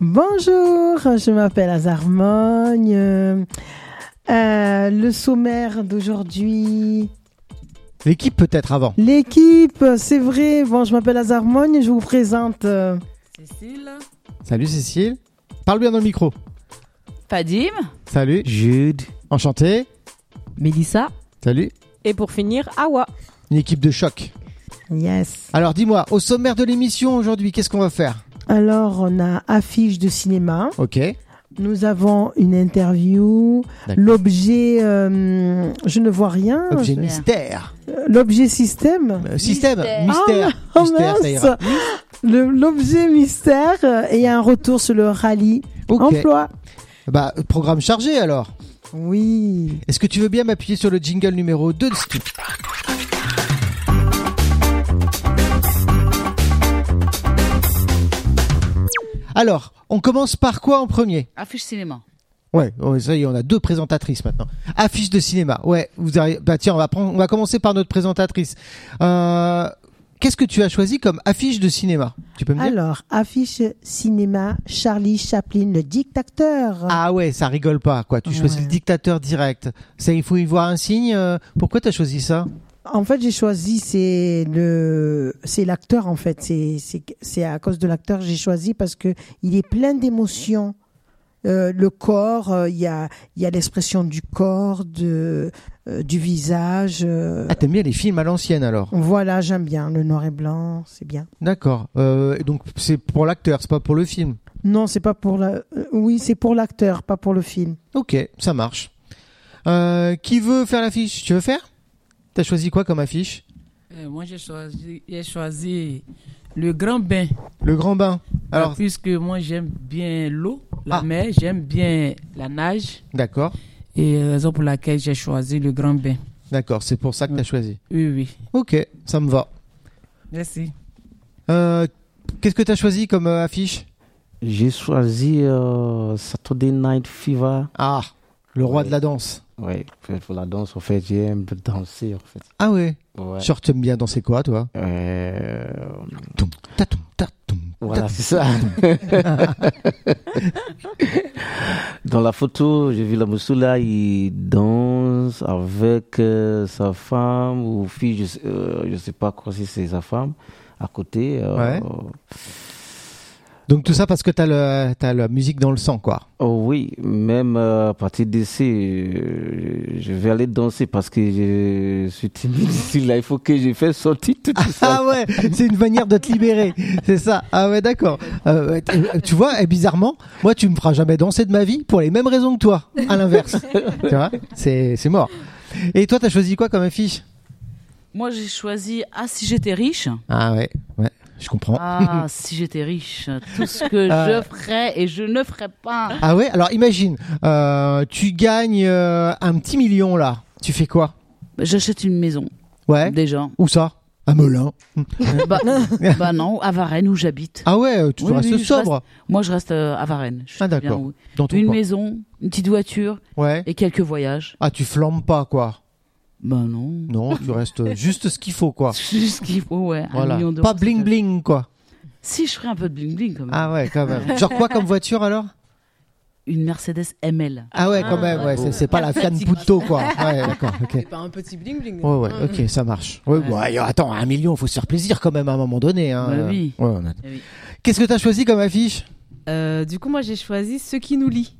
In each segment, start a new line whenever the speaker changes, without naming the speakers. Bonjour, je m'appelle Azarmogne. Euh, euh, le sommaire d'aujourd'hui.
L'équipe peut-être avant.
L'équipe, c'est vrai. Bon, je m'appelle Azarmogne, je vous présente. euh,
Cécile.
Salut Cécile. Parle bien dans le micro.
Padim.
Salut. Jude. Enchanté.
Mélissa.
Salut.
Et pour finir, Awa.
Une équipe de choc.
Yes.
Alors dis-moi, au sommaire de l'émission aujourd'hui, qu'est-ce qu'on va faire
Alors, on a affiche de cinéma.
Ok.
Nous avons une interview.
D'accord.
L'objet, euh, je ne vois rien.
Objet
je-
mystère.
Euh, L'objet système.
Euh, système.
Mystère.
Mystère.
Oh
mystère, ça
mince.
ira.
Le- L'objet mystère euh, et un retour sur le rallye
Ok.
emploi.
Bah, programme chargé alors.
Oui.
Est-ce que tu veux bien m'appuyer sur le jingle numéro 2 de ce type Alors, on commence par quoi en premier
Affiche cinéma.
Ouais, ouais, ça y est, on a deux présentatrices maintenant. Affiche de cinéma. Ouais, vous arrivez. Bah tiens, on va prendre, on va commencer par notre présentatrice. Euh, Qu'est-ce que tu as choisi comme affiche de cinéma Tu peux me dire
Alors, affiche cinéma, Charlie Chaplin, le dictateur.
Ah ouais, ça rigole pas quoi. Tu choisis
Ouais.
le dictateur direct. Ça, il faut y voir un signe. euh, Pourquoi t'as choisi ça
En fait, j'ai choisi, c'est le, c'est l'acteur, en fait. C'est, c'est, c'est à cause de l'acteur, j'ai choisi parce que il est plein d'émotions. Euh, le corps, euh, il y a, il y a l'expression du corps, de, euh, du visage. euh,
Ah, t'aimes bien les films à l'ancienne alors.
voilà, j'aime bien le noir et blanc, c'est bien.
D'accord. Euh, et donc c'est pour l'acteur, c'est pas pour le film.
Non, c'est pas pour la, euh, oui, c'est pour l'acteur, pas pour le film.
Ok, ça marche. Euh, qui veut faire l'affiche Tu veux faire T'as choisi quoi comme affiche
Euh, moi, j'ai choisi, j'ai choisi le grand bain. Bah,
Le Grand Bain. Alors,
Puisque moi, j'aime bien l'eau, la
Ah.
mer, j'aime bien la nage.
d'accord,
Et euh, raison pour laquelle j'ai choisi le grand bain.
d'accord. C'est pour ça que t'as choisi.
Oui, oui.
Ok, ça me va.
Merci.
Euh, Qu'est-ce que t'as choisi comme euh, affiche
J'ai choisi euh, Saturday Night Fever.
Ah, le roi
Ouais.
de la danse.
Ouais, pour la danse, en fait, j'aime danser, en fait.
Ah ouais.
Ouais.
Genre, t'aimes bien danser quoi, toi
Euh,
Toum, tatoum, tatoum,
voilà, c'est ça. Dans la photo, j'ai vu la moussoula, il danse avec euh, sa femme ou fille, je sais, euh, je sais pas quoi si c'est sa femme, à côté. euh,
Ouais. tatoum. Donc tout ça parce que t'as le t'as la musique dans le sang, quoi.
Oh oui, même euh, à partir d'ici, euh, je vais aller danser parce que je suis timide ici. Là, il faut que je fasse sortir tout ça.
Ah ouais, c'est une manière de te libérer, c'est ça. Ah ouais, d'accord. Euh, ouais, t- euh, tu vois, et bizarrement, moi, tu me feras jamais danser de ma vie pour les mêmes raisons que toi. À l'inverse, tu vois, c'est c'est mort. Et toi, t'as choisi quoi comme affiche
Moi, j'ai choisi Ah, si j'étais riche.
Ah ouais, ouais, je comprends.
Ah, si j'étais riche. Tout ce que
Ah.
je ferais et je ne ferais pas.
Ah ouais Alors imagine, euh, tu gagnes euh, un petit million là. Tu fais quoi
J'achète une maison,
Ouais.
déjà.
Où ça À Melun.
bah, bah non, à Varennes, où j'habite.
Ah ouais, euh, tu
Oui,
restes
oui, je
sobre
Moi, je reste euh, à Varennes. Je suis
Ah,
très
d'accord.
bien où-
dans ton
Une
coin.
maison, une petite voiture
Ouais.
et quelques voyages.
Ah, tu flambes pas quoi
Bah non.
Non, tu restes euh, juste ce qu'il faut quoi.
C'est juste qu'il faut, ouais. un
Voilà.
million d'euros,
Pas
c'est
bling
déjà-
bling quoi.
Si, je ferais un peu de bling bling quand même.
Ah ouais, quand même. Genre quoi comme voiture alors
Une Mercedes ML.
Ah ouais, quand même. Ouais, c'est- c'est pas la Fiat Punto quoi. Ouais, d'accord. Ok.
C'est pas un petit bling bling.
Ouais,
Ah
ouais, ok, ça marche. Ouais,
Ouais.
ouais, attends, un million, faut se faire plaisir quand même à un moment donné. Hein.
Ah. Bah oui.
Ouais, on a-
Eh oui.
Qu'est-ce que t'as choisi comme affiche
Euh, du coup, moi, j'ai choisi Ce qui nous lie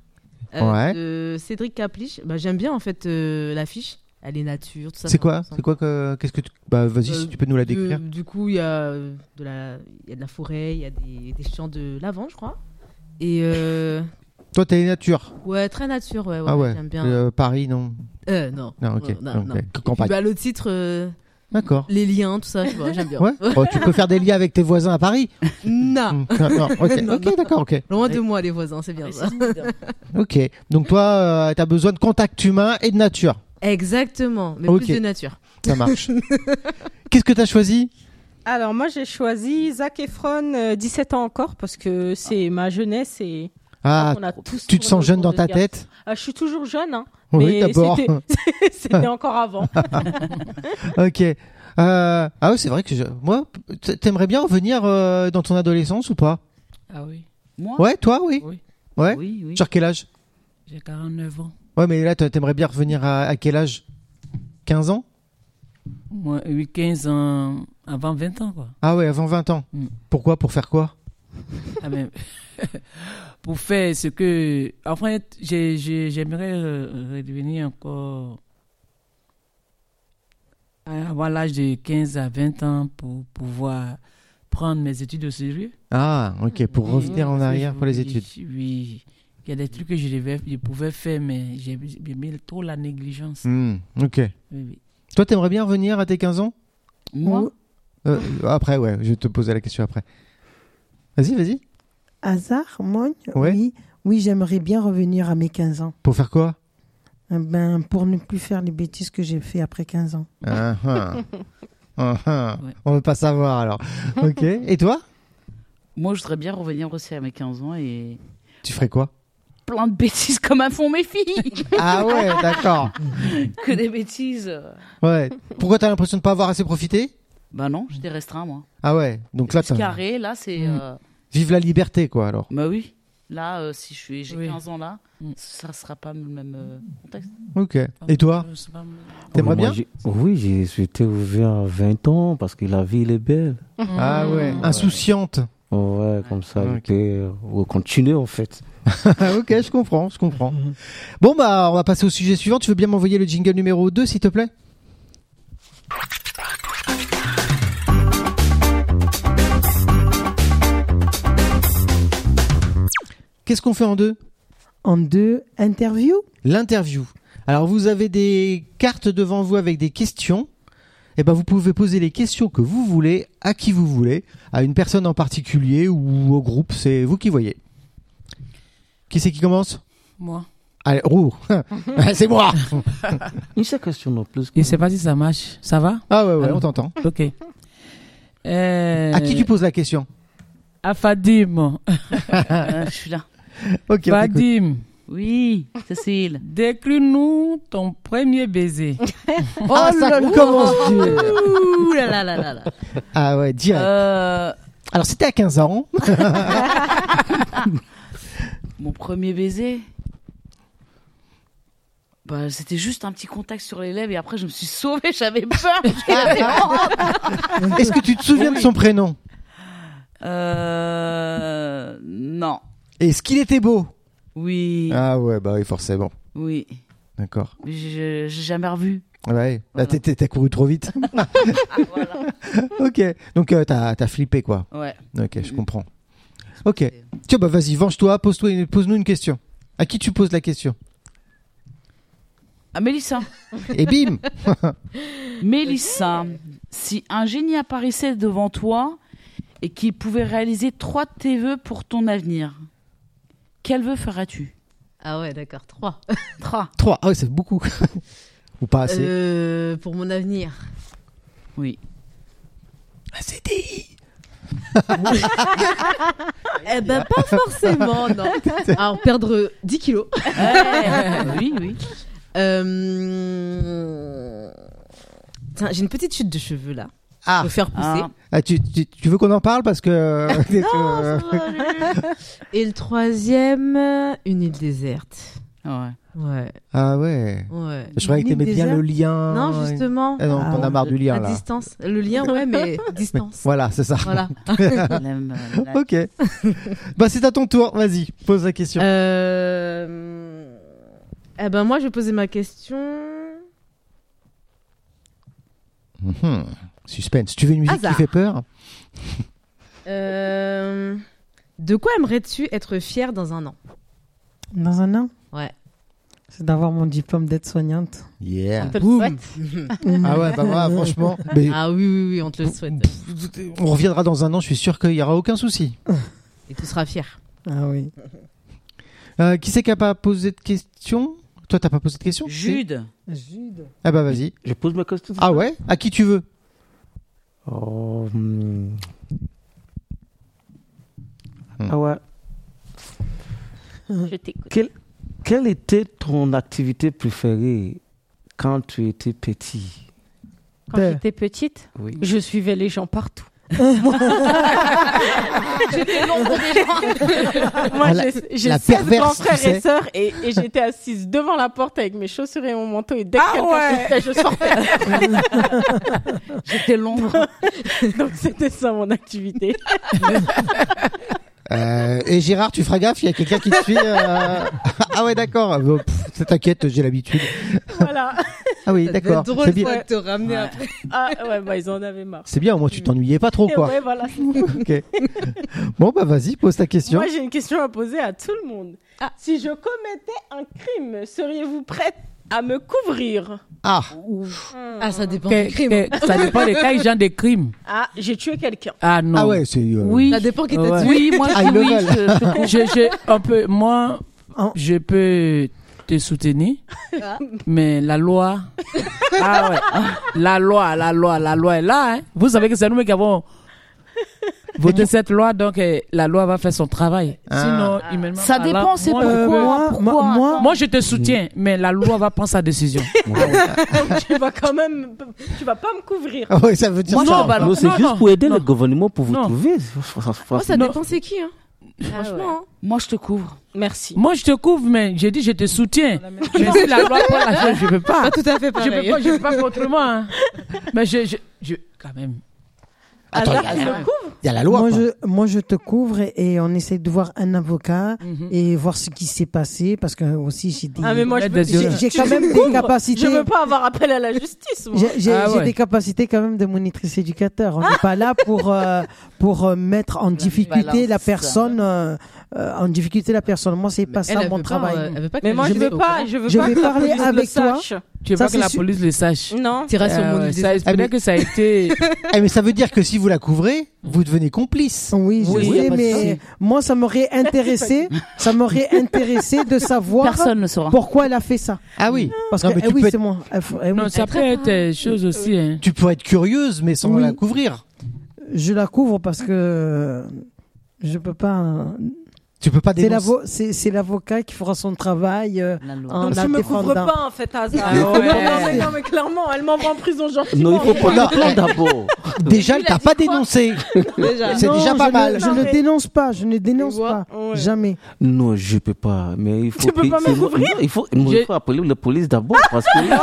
euh,
Ouais.
de Cédric Caplich. Bah, J'aime bien, en fait, euh, l'affiche. Elle est nature, tout ça.
C'est
ça
quoi
ressemble.
C'est quoi que qu'est-ce que tu bah vas-y
hein, Euh,
si tu peux nous la décrire.
Euh, du coup, il y, a euh, de la- il y a de la forêt, il y a des, des champs de lavande, je crois. Et euh,
Toi t'es nature.
ouais, très nature, ouais, ouais,
ah ouais.
j'aime bien.
Euh, Paris non.
Euh, non.
Non ok.
Non, non,
Ok,
non.
Campagne.
Bah, le titre, euh,
D'accord.
les liens, tout ça, je vois, j'aime bien.
Ouais. Oh, tu peux faire des liens avec tes voisins à Paris.
Non,
Mm, non, non, ok,
Ah. Non,
Ok,
non.
d'accord, ok,
loin de moi, les voisins, c'est bien ça.
ok. Donc toi, euh, t'as besoin de contact humain et de nature.
Exactement, mais
Ok.
plus de nature.
Ça marche. Qu'est-ce que t'as choisi
Alors moi j'ai choisi Zac Efron, euh, 17 ans encore, parce que c'est ma jeunesse et
Ah,
on a tous.
tu
tourné
te sens jeune dans
autour de
ta
ce gars.
tête
Ah, Je suis toujours jeune, hein.
Oui,
mais
d'abord.
c'était- C'était
Ah.
encore avant.
ok. Euh, ah ouais, c'est vrai que je- moi, t- t'aimerais bien revenir euh, dans ton adolescence ou pas
Ah oui.
Moi
Ouais, toi, oui.
Oui.
Ouais.
Oui, oui.
Sur quel âge
J'ai 49 ans.
Ouais, mais là, t'a- t'aimerais bien revenir à, à quel âge 15 ans
Moi, oui, 15 ans, avant 20 ans, quoi.
Ah ouais, avant 20 ans.
Mm.
Pourquoi Pour faire quoi
Ah ben, pour faire ce que. En fait, j'ai- j'ai- j'aimerais euh, redevenir encore. avoir l'âge de 15 à 20 ans pour pouvoir prendre mes études au sérieux.
Ah, ok, pour
Et-
revenir en
parce que
arrière
je-
pour les études.
je- Oui. Il y a des trucs que je, devais, je pouvais faire, mais j'ai j'ai mis trop la négligence.
Mm, ok.
Oui, oui.
Toi, t'aimerais bien revenir à tes 15 ans
Moi
Euh, Après, ouais, je vais te poser la question après. Vas-y, vas-y.
Hasard, mogne
Ouais.
Oui, oui j'aimerais bien revenir à mes 15 ans.
Pour faire quoi
Eh Ben, pour ne plus faire les bêtises que j'ai fait après 15 ans.
Ah, ah. Ah, ah.
Ouais.
On veut pas savoir alors. Ok. Et toi
Moi, je voudrais bien revenir aussi à mes 15 ans et
Tu ferais quoi
plein de bêtises comme à fond mes filles.
Ah ouais, d'accord.
que des bêtises. euh.
Ouais. Pourquoi t'as l'impression de pas avoir assez profité
Bah non, j'étais restreint, moi.
Ah ouais. Donc là,
Plus
t'as... Mm.
carré, là, c'est. euh,
vive la liberté, quoi. Alors.
Bah oui. Là, euh, si je suis, j'ai
Oui.
15 ans là,
Mm.
ça sera pas le même euh, contexte.
Ok. Et toi
C'est pas mal.
T'aimerais
Oui, moi,
bien
j'ai- Oui, j'ai souhaité ouvrir à 20 ans parce que la vie, elle est belle. Oh,
Ah ouais. Insouciante.
Ouais, comme ça,
Ok.
je peux euh, continuer en fait.
Ah, ok, je comprends, je comprends. Bon bah, on va passer au sujet suivant. Tu veux bien m'envoyer le jingle numéro 2, s'il te plaît Qu'est-ce qu'on fait en deux
En deux, interview
L'interview. Alors vous avez des cartes devant vous avec des questions. Et ben vous pouvez poser les questions que vous voulez à qui vous voulez, à une personne en particulier ou au groupe, c'est vous qui voyez. Qui c'est qui commence
Moi.
Allez, roux. c'est moi.
Une seule question en plus.
Je sais pas si ça marche. Ça va
Ah ouais ouais,
Allô
on t'entend.
Ok. Euh,
À qui tu poses la question
À Fadim.
Ah.
Euh, je suis là.
OK. on t'écoute.
Fadim,
Oui, Cécile.
décris-nous ton premier baiser.
Ah ça commence dur.
Ouh là là là là là.
Ah ouais, direct.
Euh,
Alors c'était à 15 ans.
mon premier baiser. Bah, c'était juste un petit contact sur les lèvres et après je me suis sauvée, j'avais peur.
Est-ce que tu te souviens de son prénom
Euh, non.
Est-ce qu'il était beau
Oui,
Ah ouais, bah oui, forcément.
oui.
D'accord.
Mais je- j'ai jamais revu.
Ouais, là
Voilà.
Mhm.
t'es- t'es- t'as couru trop vite.
Ah,
ok, donc euh, t'as t'as flippé quoi.
Ouais.
Ok, je
Mm.
comprends. Ok, tiens, bah vas-y, venge-toi, pose-toi une- pose-nous une question. À qui tu poses la question
Ah, Mélissa.
Et bim
Mélissa, si un génie apparaissait devant toi et qu'il pouvait réaliser trois de tes vœux pour ton avenir, quel vœu ferais-tu
Ah ouais, d'accord, trois.
Trois.
3, ah ouais, c'est beaucoup. Ou pas assez.
Euh, pour mon avenir.
Oui.
Un CDI
Eh ben, pas forcément, non. Alors, perdre 10 kilos.
Ouais. oui, oui.
Euh... Tiens, j'ai une petite chute de cheveux là.
Ah,
Me faire pousser.
Ah,
Ah, tu, tu- tu veux qu'on en parle parce que. Euh,
Et le troisième, euh, une île déserte.
ouais.
Ouais,
ah ouais.
ouais.
Je croyais que
Une île
t'aimais bien
déserte
le lien.
non, justement.
Ah non,
Ah,
t'en as marre du lien
à
là.
distance. Le lien, ouais, mais
Mais
distance.
Voilà, c'est ça.
Voilà.
La- la- la-
Ok. bah c'est à ton tour, vas-y, pose la question.
Euh... Eh ben, moi, je vais poser ma question.
Mhm. Suspense. Tu veux une musique
Euh. Hasard.
qui fait peur
Euh, De quoi aimerais-tu être fier dans un an
dans un an
Ouais.
C'est d'avoir mon diplôme d'aide-soignante.
Yeah.
Boum.
Ah ouais, bah ouais, franchement. Mais
Ah oui, oui, oui, on te le souhaite.
on reviendra dans un an, je suis sûr qu'il n'y aura aucun souci.
Et tu seras fier.
Ah oui.
Euh, qui c'est qui a pas posé de question Toi, t'as pas posé de question
Jude.
Jude.
Ah bah vas-y.
Je pose ma question.
Ah ouais À qui tu veux
Oh, hmm. Ah ouais.
Je t'écoute.
Quelle, quelle était ton activité préférée quand tu étais petit
Quand j'étais petite,
Oui.
je suivais les gens partout.
J'étais l'ombre des gens. Moi,
Ah, la-
j'ai- j'ai
la
16 grands
perverse, tu
frères
sais.
et sœurs et, et j'étais assise devant la porte avec mes chaussures et mon manteau et dès que
Ah
quelqu'un sortait, je sortais.
J'étais l'ombre.
Donc c'était ça mon activité.
Euh, et Gérard, tu feras gaffe, il y a quelqu'un qui te suit. euh, Ah ouais, d'accord. Bon, pff, Ça t'inquiète, j'ai l'habitude.
Voilà.
Ah oui, d'accord. C'est bien.
te ramener après.
Ah ouais, bah, ils en avaient marre.
C'est bien, au moins tu t'ennuyais pas trop,
Et
quoi.
ouais, voilà.
Ok. Bon, bah vas-y, pose ta question.
Moi, j'ai une question à poser à tout le monde.
Ah.
Si je commettais un crime, seriez-vous prête à me couvrir
Ah,
Ah, ça dépend
Que-
du crime.
que- ça dépend de quel genre de crime.
Ah, j'ai tué quelqu'un.
Ah non.
ah ouais, c'est. euh,
Oui.
Ça dépend qui t'a
Ouais.
tué.
Oui, moi,
Ah, ils le
oui,
veulent.
je- je-
Je, je- on peut- moi,
En-
je peux te soutenir,
Ah.
mais la loi. Ah ouais. La loi, la loi, la loi est là. hein. Vous savez que c'est nous qui avons voté cette loi, donc eh, la loi va faire son travail.
Ah.
Sinon, humainement
Ça
parlant,
dépend, c'est
moi,
pourquoi.
Euh, moi,
pourquoi,
moi- moi-
attends.
Moi, je te soutiens, mais la loi va prendre sa décision.
tu vas quand même, tu vas pas me couvrir.
Ah ouais, ça veut dire
Moi,
ça.
non, bah,
Non, c'est
non,
juste
non,
pour aider
non.
le gouvernement pour vous
Non.
trouver. Ça- ça- ça-
Moi, ça
Non.
dépend c'est qui. Hein. Franchement.
Moi, je te couvre.
Merci.
Moi, je te couvre, mais j'ai dit je te soutiens. Mais si la loi prend la chose, je peux pas.
Pas tout à fait
Je peux
pareil.
pas, je peux pas faire autrement. hein. Mais je, je, je, quand même.
Attends, il y a-
je me couvre.
il y a la loi.
moi,
quoi.
je, moi, je te couvre et, et on essaie de voir un avocat
Mhm.
et voir ce qui s'est passé parce que aussi j'ai des-
Ah mais moi je
Mettre
veux,
des yeux.
j'ai j'ai
tu
quand
me
même des
couvres.
capacités.
je veux pas avoir appel à la justice. moi.
J'ai j'ai-
Ah
j'ai
ouais.
des capacités quand même de monitrice éducateur. On n'est pas là pour euh, pour euh, mettre en difficulté la
balance.
personne, euh, euh, en difficulté la personne. Moi, c'est pas ça
elle
mon
veut pas,
travail.
euh, elle veut pas que
Mais
la
moi je
justice
veux
soit au
pas,
courant.
je veux
Je
pas
vais
que la
parler
police le
avec toi.
sache.
Tu veux
Ça,
pas que la
c'est su-
police le sache.
Non.
T'iras sur
Euh,
Ah
mon
ouais,
idée.
ça
Ah, mais-
expliquait que ça a été.
Eh, mais ça veut dire que si vous la couvrez, vous devenez complice.
Oui, je
Oui, y a
sais,
pas de
mais
souci.
moi, ça m'aurait intéressé, ça m'aurait intéressé de savoir
Personne ne saura.
pourquoi elle a fait ça.
Ah oui.
Parce
Non,
que
mais
eh
tu
oui,
peux être-
c'est moi. Eh, faut- eh oui.
Non, ça peut être euh, chose aussi. Hein.
Tu peux être curieuse, mais sans
Oui.
la couvrir.
Je la couvre parce que euh, je peux pas. hein.
Tu peux pas
C'est
dénoncer.
l'avo- c'est- c'est l'avocat qui fera son travail. euh,
La loi.
en
Donc tu me couvres
défendant.
pas en fait, Hazard.
Ah ouais.
non, mais, non mais clairement, elle m'envoie en prison gentiment.
Non, il faut prendre
Non.
le plan d'abord.
Déjà,
Il a
t'as
dit
pas
quoi
dénoncé.
Déjà.
C'est
Ah Non,
déjà pas
je
mal.
Ne, je
Non,
ne
mais-
dénonce pas, je ne dénonce pas.
Ouais.
Jamais.
Non, je peux pas. Mais il faut.
Tu peux pas me
c'est-
couvrir
non, Il faut, non,
Je-
il faut appeler la police d'abord parce que là.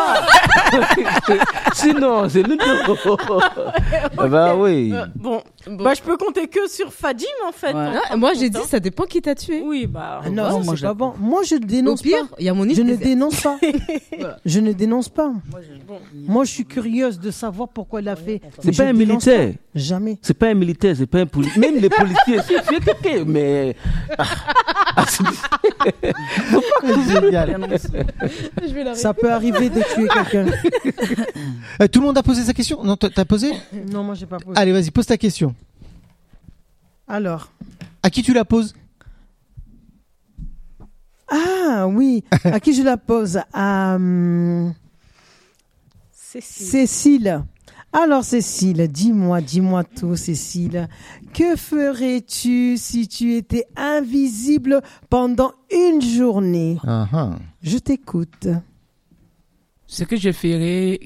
Sinon, c'est le dos. Bah oui.
Euh, bon,
Bon.
bah je peux compter que sur Fadim en fait.
Ouais.
en fin
Ah,
de
moi j'ai
compte,
dit ça dépend qui t'a
hein.
tué.
Oui, bah.
Ah non,
moi,
ça,
moi,
c'est
je
pas
la
bon. Moi, je ne
Au
dénonce
pire, il y a mon
pas.
idée.
Je ne dénonce pas.
Voilà.
Je ne dénonce pas.
Bon.
Moi, je suis curieuse de savoir pourquoi elle a fait. Mais
C'est
je
pas un
ne dénonce
militaire.
Jamais.
C'est pas un militaire, c'est pas un policier. Même les policiers, si tu es quelqu'un, mais. Ah, c'est-
Génial.
Je vais
Ça peut arriver de tuer quelqu'un.
Euh, Tout le monde a posé sa question. Non, t'as- t'as posé.
Non, moi, j'ai pas posé.
Allez, vas-y, pose ta question.
Alors.
À qui tu la poses
Ah oui, à qui je la pose À hum, Cécile. Alors Cécile, dis-moi, dis-moi tout Cécile. Que ferais-tu si tu étais invisible pendant une journée Je t'écoute.
Ce que je ferais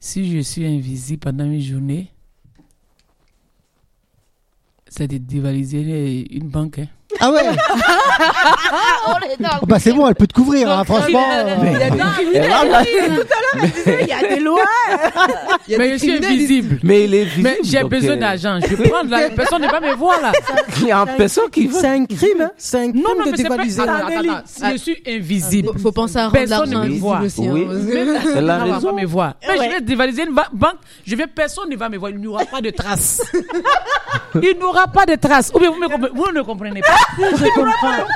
si je suis invisible pendant une journée, c'est de dévaliser une banque. hein.
Ah ouais Oh, Bah c'est bon, elle peut te couvrir, hein, franchement.
Il y a des
Et là, là,
Il y a des lois.
il y a
Mais
des
je suis
criminels, ils-
invisible.
mais il est visible.
Mais j'ai
donc,
besoin
euh,
d'argent. Je vais prendre là. Personne ne va me voir là.
Il y a une personne qui veut.
C'est un crime, hein c'est un crime
Non, non,
de
mais c'est pas.
dévaliser.
Attends, attends,
délit.
attends. Si je suis invisible.
Faut, faut penser à rendre
Personne
l'argent
ne me voit.
invisible aussi.
Oui.
hein.
Elle a
Personne ne va
raison.
me voir. Mais
Ouais.
je vais dévaliser une ba- banque. Je vais, personne ne va me voir. Il n'y aura pas de traces. Il n'y aura pas de traces. Ou bien vous, me comprenez- vous ne comprenez pas.
Je comprends.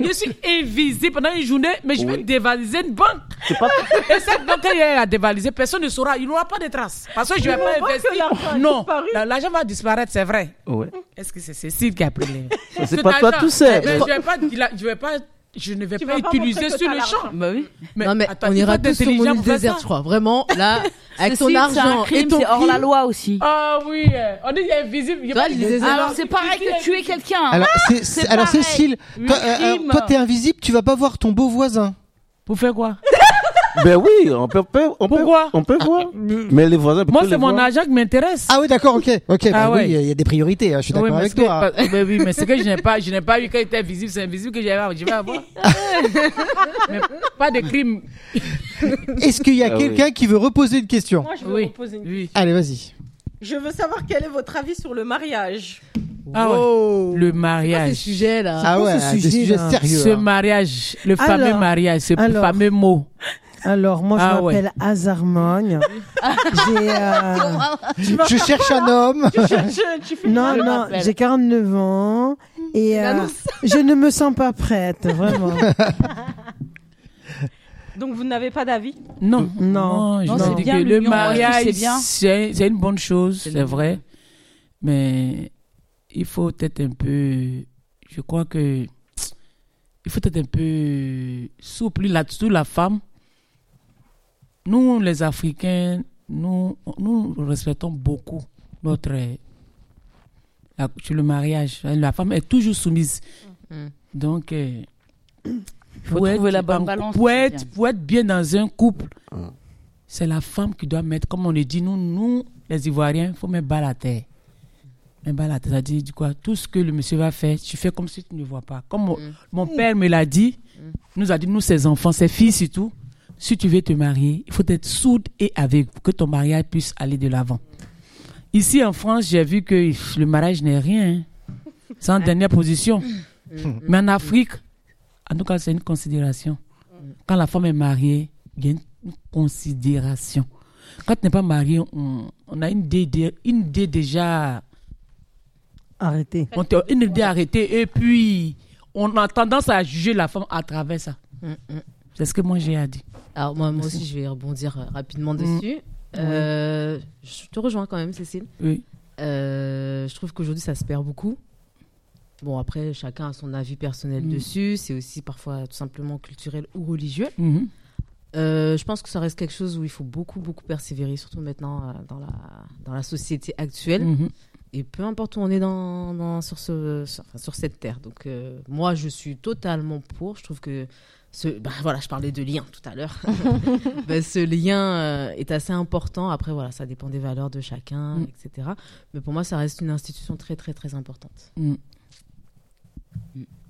Je suis invisible pendant une journée, mais je vais
Oui.
dévaliser une banque.
C'est pas
Et cette banque, elle est à dévaliser. Personne ne saura. Il n'y aura pas de traces. Parce que je ne vais pas
voit que l'argent
investir.
a
Non.
disparu.
La- L'argent va disparaître, c'est vrai.
Ouais.
Est-ce que c'est Cécile qui a pris les...
C'est
Cet
pas toi
argent,
tout seul.
mais Je vais pas- il a- je vais pas- je ne vais
Tu
pas
vas pas montrer
utiliser
que
sur
t'as
le
l'argent.
champ.
Bah oui.
Non mais
attends,
on
il faut
ira
être
tous sur mon
intelligent
île
pour faire
déserte,
ça.
je crois. Vraiment, là, avec
Ceci,
ton
c'est un
argent
crime,
et ton
c'est hors la
crime,
loi aussi.
Ah oui, euh, on dit qu'il est invisible. il y a
Toi,
pas
il
de-
disait ça.
Alors c'est pareil que tuer quelqu'un. hein.
Alors, c'est- c'est- alors,
pareil.
Cécile, toi,
Le
euh,
crime.
toi, t'es invisible, tu vas pas voir ton beau voisin.
Pour faire quoi
Ben oui, on peut, peut- on peut,
Pourquoi
on peut voir. Mais les voisins,
Moi,
peut-être
c'est
les
mon
voir.
agent qui m'intéresse.
Ah oui, d'accord, ok. Ok, bah
Ah ouais.
oui, il y a des priorités, hein, je suis d'accord
mais
avec
ce que-
toi.
pas- mais oui, mais ce que je n'ai pas, je n'ai pas eu quand il était visible, c'est invisible que j'avais, je vais avoir. mais pas de crime.
Est-ce qu'il y a
Ah oui.
quelqu'un qui veut reposer une question
Moi, je veux
Oui.
vous poser une
Oui.
Allez, vas-y.
Je veux savoir quel est votre avis sur le mariage.
Ah ouais.
Oh.
Le
C'est
mariage.
sujet là.
Ah
quoi
ouais,
ce
des
sujet,
sujets
là
sérieux.
Ce
hein.
mariage, le
Alors.
fameux mariage, ce
Alors.
fameux mot.
Alors, moi, je
Ah ouais.
m'appelle Azarmogne. J'ai, euh,
hein. Je cherche un homme.
Tu cherches- tu, fais
Non, non,
rappelle.
j'ai 49 ans et euh, je ne me sens pas prête, vraiment.
Donc vous n'avez pas d'avis
Euh, Non,
Non.
je
Non,
dis
c'est
bien,
que le
l'union, moi, je trouve que
mariage,
c'est bien.
c'est c'est une bonne chose, c'est
bien.
vrai. Mais il faut être un peu. Je crois que. Il faut être un peu souple là-dessus, la femme. Nous, les Africains, nous, nous respectons beaucoup notre. euh, la- sur le mariage. La femme est toujours soumise.
Mm.
Donc. euh,
Mm-hmm. faut
pour
trouver
être
la bonne
en-
balance,
Pour
c'est
être,
bien.
pour être bien dans un couple,
Hein.
c'est la femme qui doit mettre, comme on le dit, nous, nous les Ivoiriens, il faut mettre bas la terre. Mettre bas la terre, c'est-à-dire, du quoi, tout ce que le monsieur va faire, tu fais comme si tu ne vois pas. Comme mon,
Mm.
mon père me l'a dit, nous a dit, nous, ses enfants, ses filles surtout, si tu veux te marier, il faut être soude et aveugle pour que ton mariage puisse aller de l'avant. Ici, en France, j'ai vu que pff, le mariage n'est rien. hein. C'est en dernière position. Mais en Afrique, en tout cas, c'est une considération. Quand la femme est mariée, il y a une une considération. Quand tu n'es pas marié, on, on a une idée, dé- une idée déjà,
Arrêtez.
on t'a- une idée arrêtée, et puis on a tendance à juger la femme à travers ça.
Mm, mm.
C'est ce que moi j'ai à dire.
Alors moi, moi aussi, je vais rebondir euh,
Mm.
rapidement dessus. Euh, Je te rejoins quand même, Cécile.
Oui.
Euh, je trouve qu'aujourd'hui, ça se perd beaucoup. Bon, après, chacun a son avis personnel
Mm.
dessus. C'est aussi parfois tout simplement culturel ou religieux.
Mhm.
Euh, je pense que ça reste quelque chose où il faut beaucoup, beaucoup persévérer, surtout maintenant euh, dans la, dans la société actuelle.
Mhm.
Et peu importe où on est dans, dans- sur, ce, sur, enfin, sur cette terre. Donc, euh, moi, je suis totalement pour. Je trouve que ce. bah, voilà, je parlais de lien tout à l'heure. Ben, ce lien euh, est assez important. Après, voilà, ça dépend des valeurs de chacun,
Mm.
etc. Mais pour moi, ça reste une institution très, très, très importante.
Mm.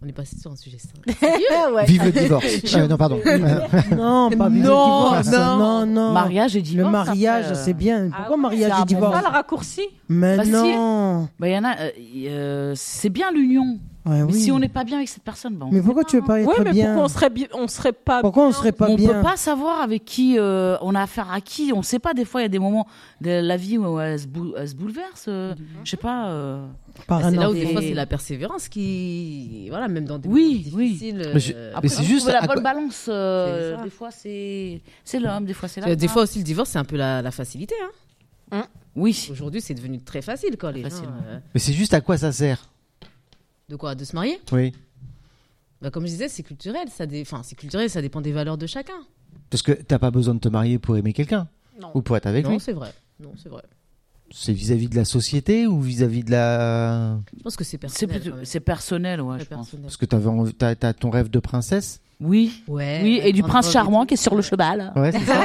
On est passé sur un sujet simple.
Vive le divorce. Euh, non, pardon. Euh,
Non, pas vive le
Non,
divorce.
non.
non, non.
Mariage et
le
divorce.
mariage,
après, euh,
c'est bien.
Ah
Pourquoi
ouais,
mariage
c'est
et
un bon
divorce
Pas le raccourci
Mais
Bah si.
non.
Bah, y en a, euh, y- euh, c'est bien l'union.
Ouais,
Mais
Ah oui.
si on n'est pas bien avec cette personne, bah, on
Mais pourquoi tu veux pas être
Oui, mais
bien
pourquoi on serait, bi- on serait pas
Pourquoi on serait pas
on
bien
peut pas savoir avec qui euh, on a affaire à qui on sait pas des fois il y a des moments de la vie où elle se, bou- elle se bouleverse euh, je sais pas euh,
Par
Ben, c'est
un
là où
enfant.
des
enfant.
fois c'est la persévérance qui, voilà, même dans des
Oui,
moments difficiles.
Mais je-
euh,
mais c'est
faut
juste
trouver
à
la bonne
quoi-
balance euh,
C'est ça.
des fois c'est c'est l'homme des fois c'est la
euh, des
femme.
fois aussi le divorce c'est un peu la, la facilité. hein.
oui
Aujourd'hui c'est devenu très facile quand les gens,
Facile, ouais.
euh,
Mais c'est juste à quoi ça sert
de quoi de se marier.
Oui.
Bah, comme je disais c'est culturel, ça dé- enfin c'est culturel ça dépend des valeurs de chacun.
Parce que t'as pas besoin de te marier pour aimer quelqu'un.
Non.
Ou pour être avec
non
lui.
c'est vrai, non c'est vrai.
C'est vis-à-vis de la société ou vis-à-vis de la.
Je pense que c'est
c'est
personnel.
plutôt-
quand même.
c'est personnel ouais
Très
je pense
personnel.
Parce que t'avais envie- t'as t'as ton rêve de princesse.
oui
Ouais,
oui
ouais,
et du
prendre
prince
Bob et
charmant
tout.
qui est sur le cheval
Ouais, c'est ça.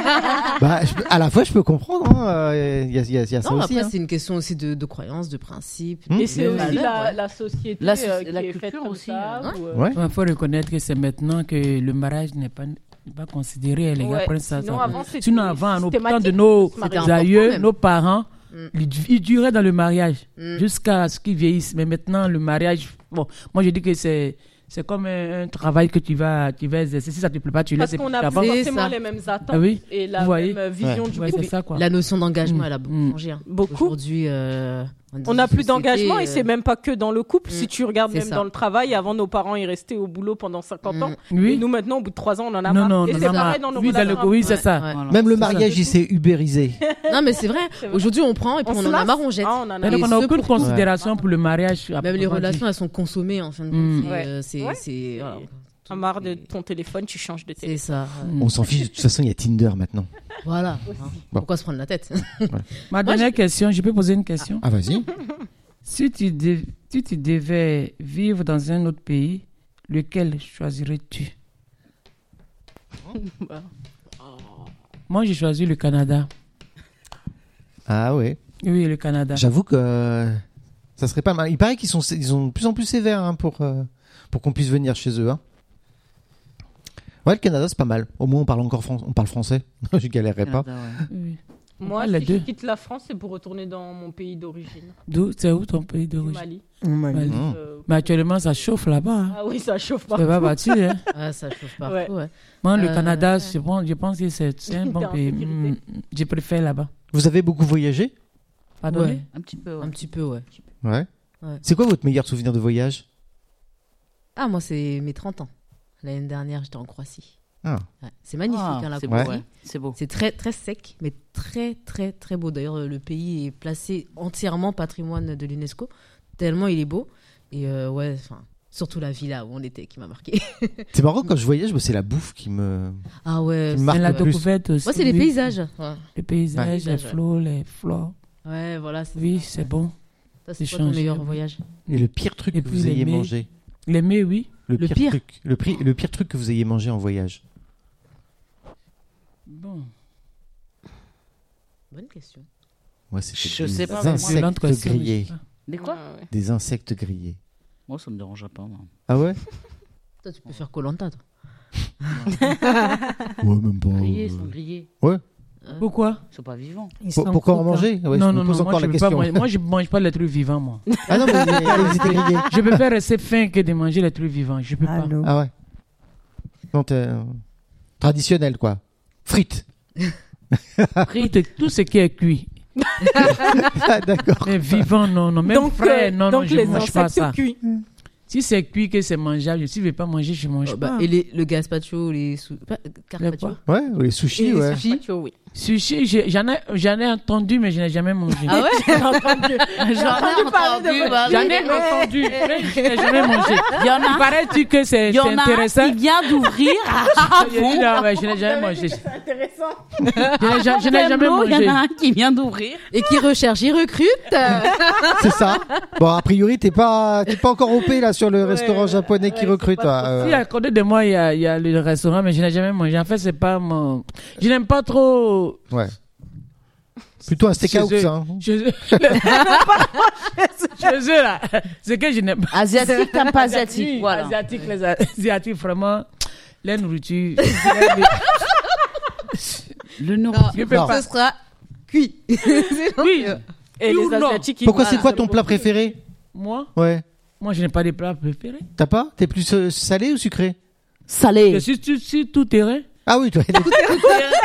bah, je peux- à la fois, je peux comprendre. Il y a, y a- y a ça
Non,
aussi.
après
hein.
c'est une question aussi de, de croyance, de principe.
Hmm.
de
Et c'est aussi
valeurs,
la,
ouais.
la société
La
la,
so-
qui
la
est
culture
faite comme
aussi,
ça,
hein.
ou, euh,
Ouais.
Il faut reconnaître que c'est maintenant que le mariage n'est pas, n'est pas considéré. hein, Les gars
Ouais,
prennent ça.
sinon
ça-
avant, c'était
sinon, avant, nos temps de
systématique.
nos
C'était
important
aïeux,
même.
nos parents,
Mm.
ils, du- ils duraient dans le mariage
Mm.
jusqu'à ce qu'ils vieillissent. Mais maintenant, le mariage, bon, moi je dis que c'est. C'est comme un, un travail que tu vas, tu vas exercer. Si ça te plaît pas, tu
Parce
laisses.
qu'on
la
a
femme-
plus
C'est
forcément
ça.
les mêmes attentes
Ah oui
et
Vous
la
voyez
même vision du
Ouais,
couple.
c'est ça quoi.
La notion d'engagement
Mm.
elle a beaucoup
Mm.
changé. hein.
Beaucoup.
Aujourd'hui euh,
On n'a plus d'engagement et c'est
même
même pas que dans le couple. Si tu
euh, Mm.
regardes
c'est
même
ça. Mm.
dans le travail, avant nos parents ils restaient au boulot pendant 50 ans. Et
Oui.
nous maintenant au bout de 3 ans on en a
Non,
marre.
non,
et
non,
c'est
non,
pareil
non.
dans nos
Oui, dans le-
relations.
oui, c'est
Ouais,
ça.
ouais.
Voilà.
Même le
C'est ça.
mariage, il s'est ubérisé.
Non, mais c'est vrai.
vrai.
Aujourd'hui, on prend et puis on,
se
en a
lasse.
marre, on jette.
Ah, on en a
Et
marre.
donc, on
Et
n'a
ce,
aucune
pourquoi
considération pour le mariage. à
Même les
proprement dit.
relations, elles sont consommées en fin de
Mm.
compte. C'est,
Ouais.
euh, C'est,
Ouais.
c'est, voilà.
On a marre de ton téléphone, tu changes de téléphone.
Mm. C'est ça.
On s'en fiche. De toute façon, il y a Tinder maintenant.
Voilà. Hein.
Bon.
Pourquoi se prendre la tête
Ma dernière question, je peux poser une question
Ah, vas-y.
Si tu, dev- si tu devais vivre dans un autre pays, lequel choisirais-tu Moi, j'ai choisi le Canada.
Ah oui.
Oui, le Canada.
J'avoue que euh, ça serait pas mal. Il paraît qu'ils sont, sé- ils sont de plus en plus sévères hein, pour, euh, pour qu'on puisse venir chez eux. hein. Ouais, le Canada, c'est pas mal. Au moins, on parle encore fran- on parle français. Je galérerai pas.
Canada, ouais.
Oui.
Moi,
Ah, la
si
deux.
je quitte la France, c'est pour retourner dans mon pays d'origine,
D'où, c'est où ton pays
du
d'origine
Mali.
Bah,
Mali.
Mali.
Mmh.
Euh,
Mais actuellement, ça chauffe là-bas. hein.
Ah oui, ça chauffe
C'est
pas.
pas battu, hein.
Ah, ça chauffe partout, ouais.
Moi, le
Euh,
Canada, je pense, je pense que c'est c'est un
T'es
bon
en
pays.
sécurité.
Mm, je préfère là-bas.
Vous avez beaucoup voyagé
Pardon
Ouais.
Un petit peu, ouais.
Un petit peu, ouais.
Ouais.
Ouais.
C'est quoi votre meilleur souvenir de voyage
Ah, moi, c'est mes 30 ans. L'année dernière, j'étais en Croatie.
Ah.
Ouais. C'est magnifique,
Ah,
hein, la
c'est
Croatie.
beau, ouais. C'est beau.
C'est très, très sec, mais très, très, très beau. D'ailleurs, euh, le pays est placé entièrement patrimoine de l'UNESCO, tellement il est beau. Et euh, ouais, enfin, surtout la villa où on était qui m'a marqué.
C'est marrant, quand je voyage, moi, c'est la bouffe qui me.
Ah ouais,
Tu
c'est-
marques
Elle
Marque
l'a
le plus.
découverte aussi.
Moi, c'est les
oui.
paysages. Ouais,
Les paysages,
Ouais.
les flots, les fleurs.
Ouais, voilà. c'est
Oui,
ça.
c'est bon.
Ça, c'est
c'est
quoi ton
changé.
meilleur voyage
Et le pire truc
Et
que
puis
vous
les
ayez
mets.
mangé
Les mets, oui.
Le pire.
truc, le, pri- le pire truc que vous ayez mangé en voyage.
Bon.
Bonne question.
Moi, c'était
Je
des
sais pas, mais moi,
insectes
Violente question, mais je sais
grillés.
pas.
Mais quoi
Ah ouais.
Des insectes grillés.
Moi, ça me dérange pas. moi.
Ah ouais
Toi, tu peux faire Colanta, toi.
Ouais, même pas. euh,
Grillés, ils sont grillés.
Pourquoi
Ils sont pas vivants.
Ils
Pour-
sont
pourquoi en
coquins.
manger
hein.
Ah Ouais,
Non,
je
non,
me pose
non.
encore
Moi, je
la
veux pas
question.
manger- moi, je mange pas les trucs vivants, moi.
Ah non, mais ils étaient grillés.
je préfère rester fin que de manger les trucs vivants. Je peux pas.
Allô.
Ah ouais. Non, t'es euh, traditionnel quoi. Frites.
Frites, tout ce qui est cuit.
Ah, D'accord.
Mais vivant, non, non. Même
Donc,
frais,
euh,
non,
donc
non, je
les
mange pas
insectes
ça.
cuits.
Si c'est cuit que c'est mangeable, si je veux pas manger, je mange
Oh, bah,
pas.
Et les- le gazpacho, les sou... pas- euh,
Le
carpaccio.
quoi
Ouais, ou les
Et
sushis,
les
ouais.
sushis, tu vois, oui.
Sushi, j'ai- j'en ai, j'en ai entendu, mais je n'ai jamais mangé.
Ah ouais
J'en ai entendu, bah
J'en
oui.
ai entendu, mais je n'ai jamais mangé.
Il y en a,
Paraît-tu que c'est
il
c'est
y en a un
intéressant
qui vient d'ouvrir. Ah
Je dis,
bon
non, mais je n'ai jamais mangé. Je
Intéressant.
n'ai ja- je n'ai jamais
Tableau, Il
mangé.
y en a un qui vient d'ouvrir.
Et qui recherche, il recrute euh,
C'est ça. Bon, a priori, t'es pas, t'es pas encore OP là sur le restaurant japonais qui
ouais,
recrute.
c'est pas
toi,
Si
euh.
à côté de moi, il y a, il y a le restaurant, mais je n'ai jamais mangé. En fait, c'est pas mon. Je n'aime pas trop.
Ouais. Plutôt un steakhouse.
Chez eux.
Hein.
Je chez eux, là. C'est que je n'aime pas.
Asiatique, t'aimes pas asiatique.
Oui,
Voilà.
Asiatique, les Asiatiques, vraiment. La nourriture. je
Le nourriture.
peux
Non.
pas.
Ce sera cuit.
Oui,
Et
Ou
les
non.
Asiatiques, ils
Pourquoi
mangent
c'est quoi
de
ton
l'eau.
plat préféré
moi,
Ouais.
moi, je n'ai pas de plat préféré.
T'as pas T'es plus euh, salé ou sucré
Je
Salé.
suis sur, sur tout terrain.
Ah oui, toi.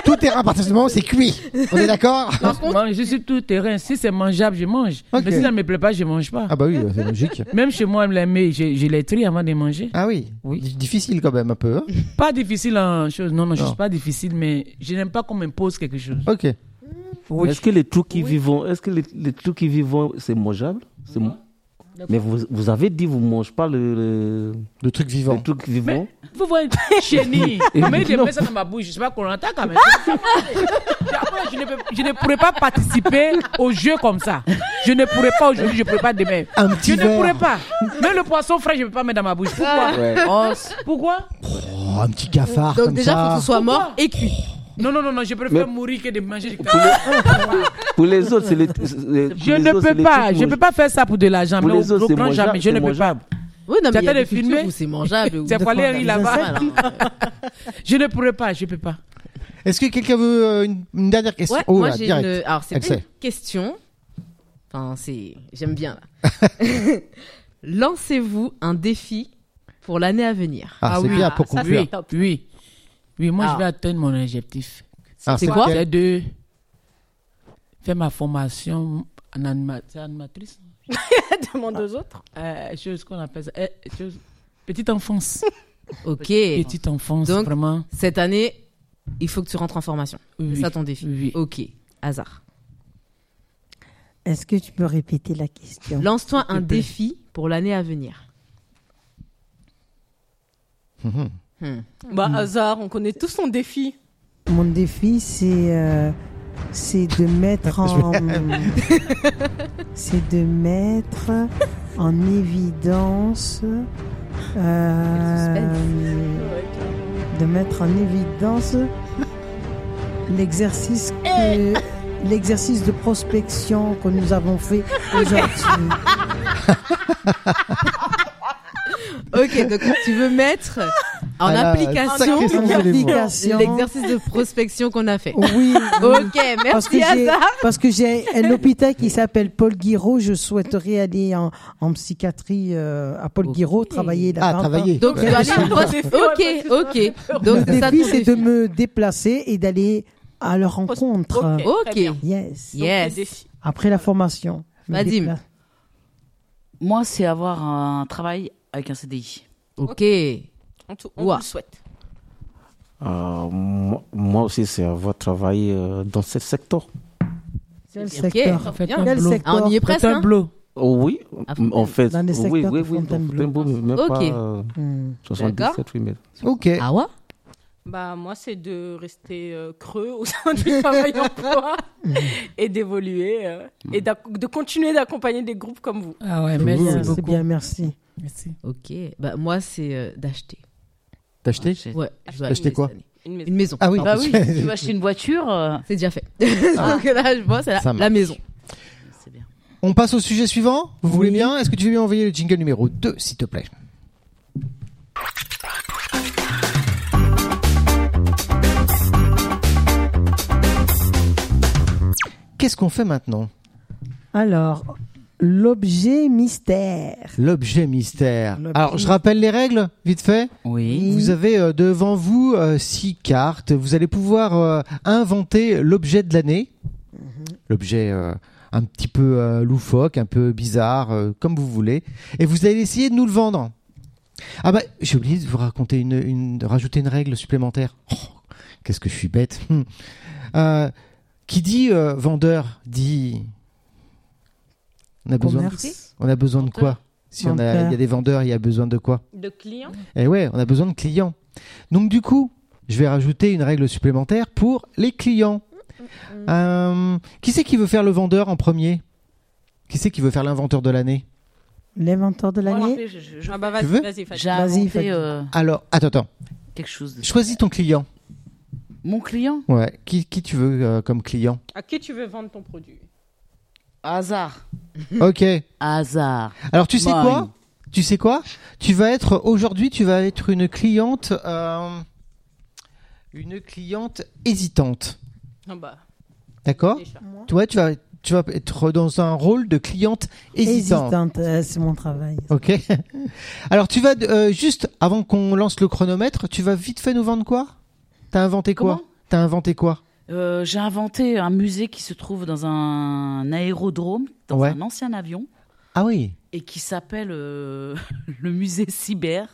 Tout terrain, à partir du moment où c'est cuit. On est d'accord
Moi, je suis tout terrain. Si c'est mangeable, je mange.
Ok.
Mais si ça ne me plaît pas, je ne mange pas.
Ah bah oui, c'est logique.
Même chez moi, les mets, je, je les trie avant de manger.
Ah oui.
Oui.
D- Difficile quand même un peu. hein.
Pas difficile en chose. Non, non, je
Non.
suis pas difficile, mais je n'aime pas qu'on m'impose quelque chose.
Ok.
Oui.
Est-ce que les trucs qui vivent, est-ce que les, les trucs qui vivent, c'est mangeable C'est- Mais vous, vous avez dit vous mangez pas le, le-
Le truc vivant.
les trucs vivants.
Vous voyez, chenille.
Et-
Mais je
non.
mets ça dans ma bouche. Je sais pas qu'on l'entend quand même. Après, je, ne peux- je ne pourrais pas participer au jeu comme ça. Je ne pourrais pas aujourd'hui, je ne pourrais pas demain.
Un
Je
petit
ne pourrais
verre.
pas. Même le poisson frais, je ne peux pas mettre dans ma bouche. Pourquoi
Ouais.
Oh, Pourquoi
Oh, un petit cafard
Donc
comme
déjà,
ça.
faut que ce soit mort et cuit.
Non, non, non, non, je préfère
Mais-
mourir que de manger du
Pour, les, pour les autres, c'est les. c'est- pour
Je
les
ne
autres, c'est
peux
les
pas,
trucs
je ne peux
mange-
pas faire ça pour de l'argent.
Pour
Mais
les
au-
autres,
au
c'est
plan
mangeable,
jamais, je
c'est
ne peux pas.
mangeable.
Oui, non, mais
T'as
il y a
pas
des
de filmer
cultures où c'est mangeable. où
C'est
des
quoi,
fois, on a
les riz
des
là-bas
insectes, hein.
Je ne pourrais pas, je ne peux pas.
Est-ce que quelqu'un veut euh, une, une dernière question
Ouais,
Oh
moi
là,
j'ai
direct.
une. Alors c'est
Elle
pas une
sait.
question. Enfin c'est, j'aime bien là. Lancez-vous un défi pour l'année à venir.
Ah,
Ah
c'est
oui.
bien pour
Ah, ça,
conclure.
c'est top.
Oui. Oui, moi,
Ah.
je vais atteindre mon objectif.
Ah,
c'est quoi
quel-
C'est de faire ma formation en anima- c'est animatrice.
Demande aux autres.
Euh, chose qu'on appelle ça. euh, chose- Petite enfance.
Ok.
Petite enfance,
Donc-
vraiment.
Cette année, il faut que tu rentres en formation.
Oui.
C'est ça ton défi.
Oui.
Ok. Hasard.
Est-ce que tu peux répéter la question
Lance-toi un
te plaît.
défi pour l'année à venir.
Mm-hmm.
Mhm.
Hmm.
Bah, hasard, on connaît tous son défi.
Mon défi, c'est euh, c'est de mettre en c'est de mettre en évidence euh, de mettre en évidence l'exercice que- l'exercice de prospection que nous avons fait aujourd'hui.
Ok, donc tu veux mettre en
Ah là,
application
sacrée question de l'émotion.
Application.
l'exercice de prospection qu'on a fait.
Oui. oui.
Ok,
Parce que
merci
j'ai-
Azar.
Parce que j'ai un hôpital qui s'appelle Paul Guiraud. Je souhaiterais aller en, en psychiatrie euh, à Paul
Ok.
Guiraud, travailler là-bas.
Ah, travailler.
Donc tu
Ouais.
dois aller en prospection. Ok, ok. Donc
Le
c'est ça
défi,
ton
c'est
défi.
de me déplacer et d'aller à leur rencontre.
Ok. Très bien.
Ok,
Yes.
yes.
Après la formation. me
Vadim.
déplacer.
Moi, c'est avoir un travail avec un CDI.
Ok.
En tout, on vous
Ouah.
le souhaite.
Euh, moi, moi aussi, c'est avoir travaillé euh, dans ce secteur.
Quel
Ok.
secteur
Faites
bien.
un
Quel
bloc.
secteur
Ah, on y est presque.
Faites un
Hein.
bloc.
Oh, oui,
À
m- en
Fontainebleau.
fait.
Dans les
oui,
secteurs
oui,
de
oui, dans
Fontainebleau.
Fontainebleau, mais même
Ok.
pas euh,
Hmm.
77, oui, mais
Ok.
Ah ouais
Bah, moi, c'est de rester euh, creux au sein du travail emploi et d'évoluer euh, et d'ac- de continuer d'accompagner des groupes comme vous.
Ah ouais,
Cool.
merci
C'est
C'est
beaucoup.
bien, merci.
Merci.
Ok. Bah moi c'est euh, d'acheter.
T'as acheté
Ouais. je dois
Acheter
une maison
quoi
cette année.
Une maison.
Une maison.
Ah oui.
Pardon.
Bah oui, tu vas acheter une voiture. euh,
C'est déjà fait. Donc là je vois c'est
Ça
la,
marche.
la maison.
c'est bien.
On passe au sujet suivant. Vous voulez bien Est-ce que tu veux bien envoyer le jingle numéro 2, s'il te plaît Qu'est-ce qu'on fait maintenant
Alors, l'objet mystère.
L'objet mystère.
L'objet
Alors, je rappelle les règles, vite fait.
Oui.
Vous avez euh, devant vous euh, six cartes. Vous allez pouvoir euh, inventer l'objet de l'année. L'objet euh, un petit peu euh, loufoque, un peu bizarre, euh, comme vous voulez. Et vous allez essayer de nous le vendre. Ah bah, j'ai oublié de vous raconter une, une- de rajouter une règle supplémentaire. Oh, Qu'est-ce que je suis bête. Hum. Euh, qui dit euh, vendeur dit. On a besoin.
Commerce.
On a besoin de quoi Si on a,
Vendeur.
il y a des vendeurs, il y a besoin de quoi
De clients
eh ouais, on a besoin de clients. Donc du coup, je vais rajouter une règle supplémentaire pour les clients. Euh, qui c'est qui veut faire le vendeur en premier Qui c'est qui veut faire l'inventeur de l'année
L'inventeur de l'année.
Je- je- je-
Ah bah
Tu
vas-y,
veux
vas-y, Fadi.
J'ai
Vas-y, Fadi.
inventé euh,
Alors, attends, attends.
quelque chose.
Choisis ton client.
Mon client
Ouais. Qui, qui tu veux euh, comme client
À qui tu veux vendre ton produit
Hasard.
Ok.
Hasard.
Alors tu sais
Mine.
quoi Tu sais quoi Tu vas être aujourd'hui, tu vas être une cliente, euh, une cliente hésitante.
Ah bah,
D'accord
déjà.
Toi, tu vas, tu vas être dans un rôle de cliente hésitante.
euh, c'est mon travail.
Ok. Alors tu vas euh, juste avant qu'on lance le chronomètre, tu vas vite fait nous vendre quoi T'as inventé quoi
Comment
T'as inventé quoi
Euh, J'ai inventé un musée qui se trouve dans un aérodrome, dans
Ouais.
un ancien avion,
Ah oui,
et qui s'appelle euh, le musée cyber.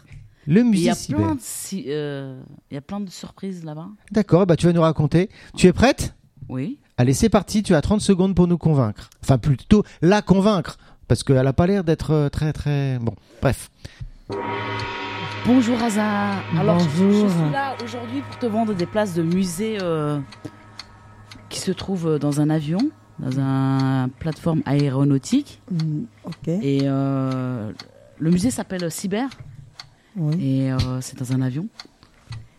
le
Et Il y
musée
a
cyber.
plein de, si- euh, il y a plein de surprises là-bas.
D'accord, bah tu vas nous raconter. Tu es prête
Oui.
Allez, c'est parti. Tu as 30 secondes pour nous convaincre. Enfin, plutôt la convaincre, parce qu'elle a pas l'air d'être euh, très très bon. Bref.
Bonjour Hazard. Alors je-
Bonjour.
Je, suis là aujourd'hui pour te vendre des places de musée euh, qui se trouvent dans un avion, dans une plateforme aéronautique.
Mm, Ok.
Et euh, le musée s'appelle Cyber
Oui.
et euh, c'est dans un avion.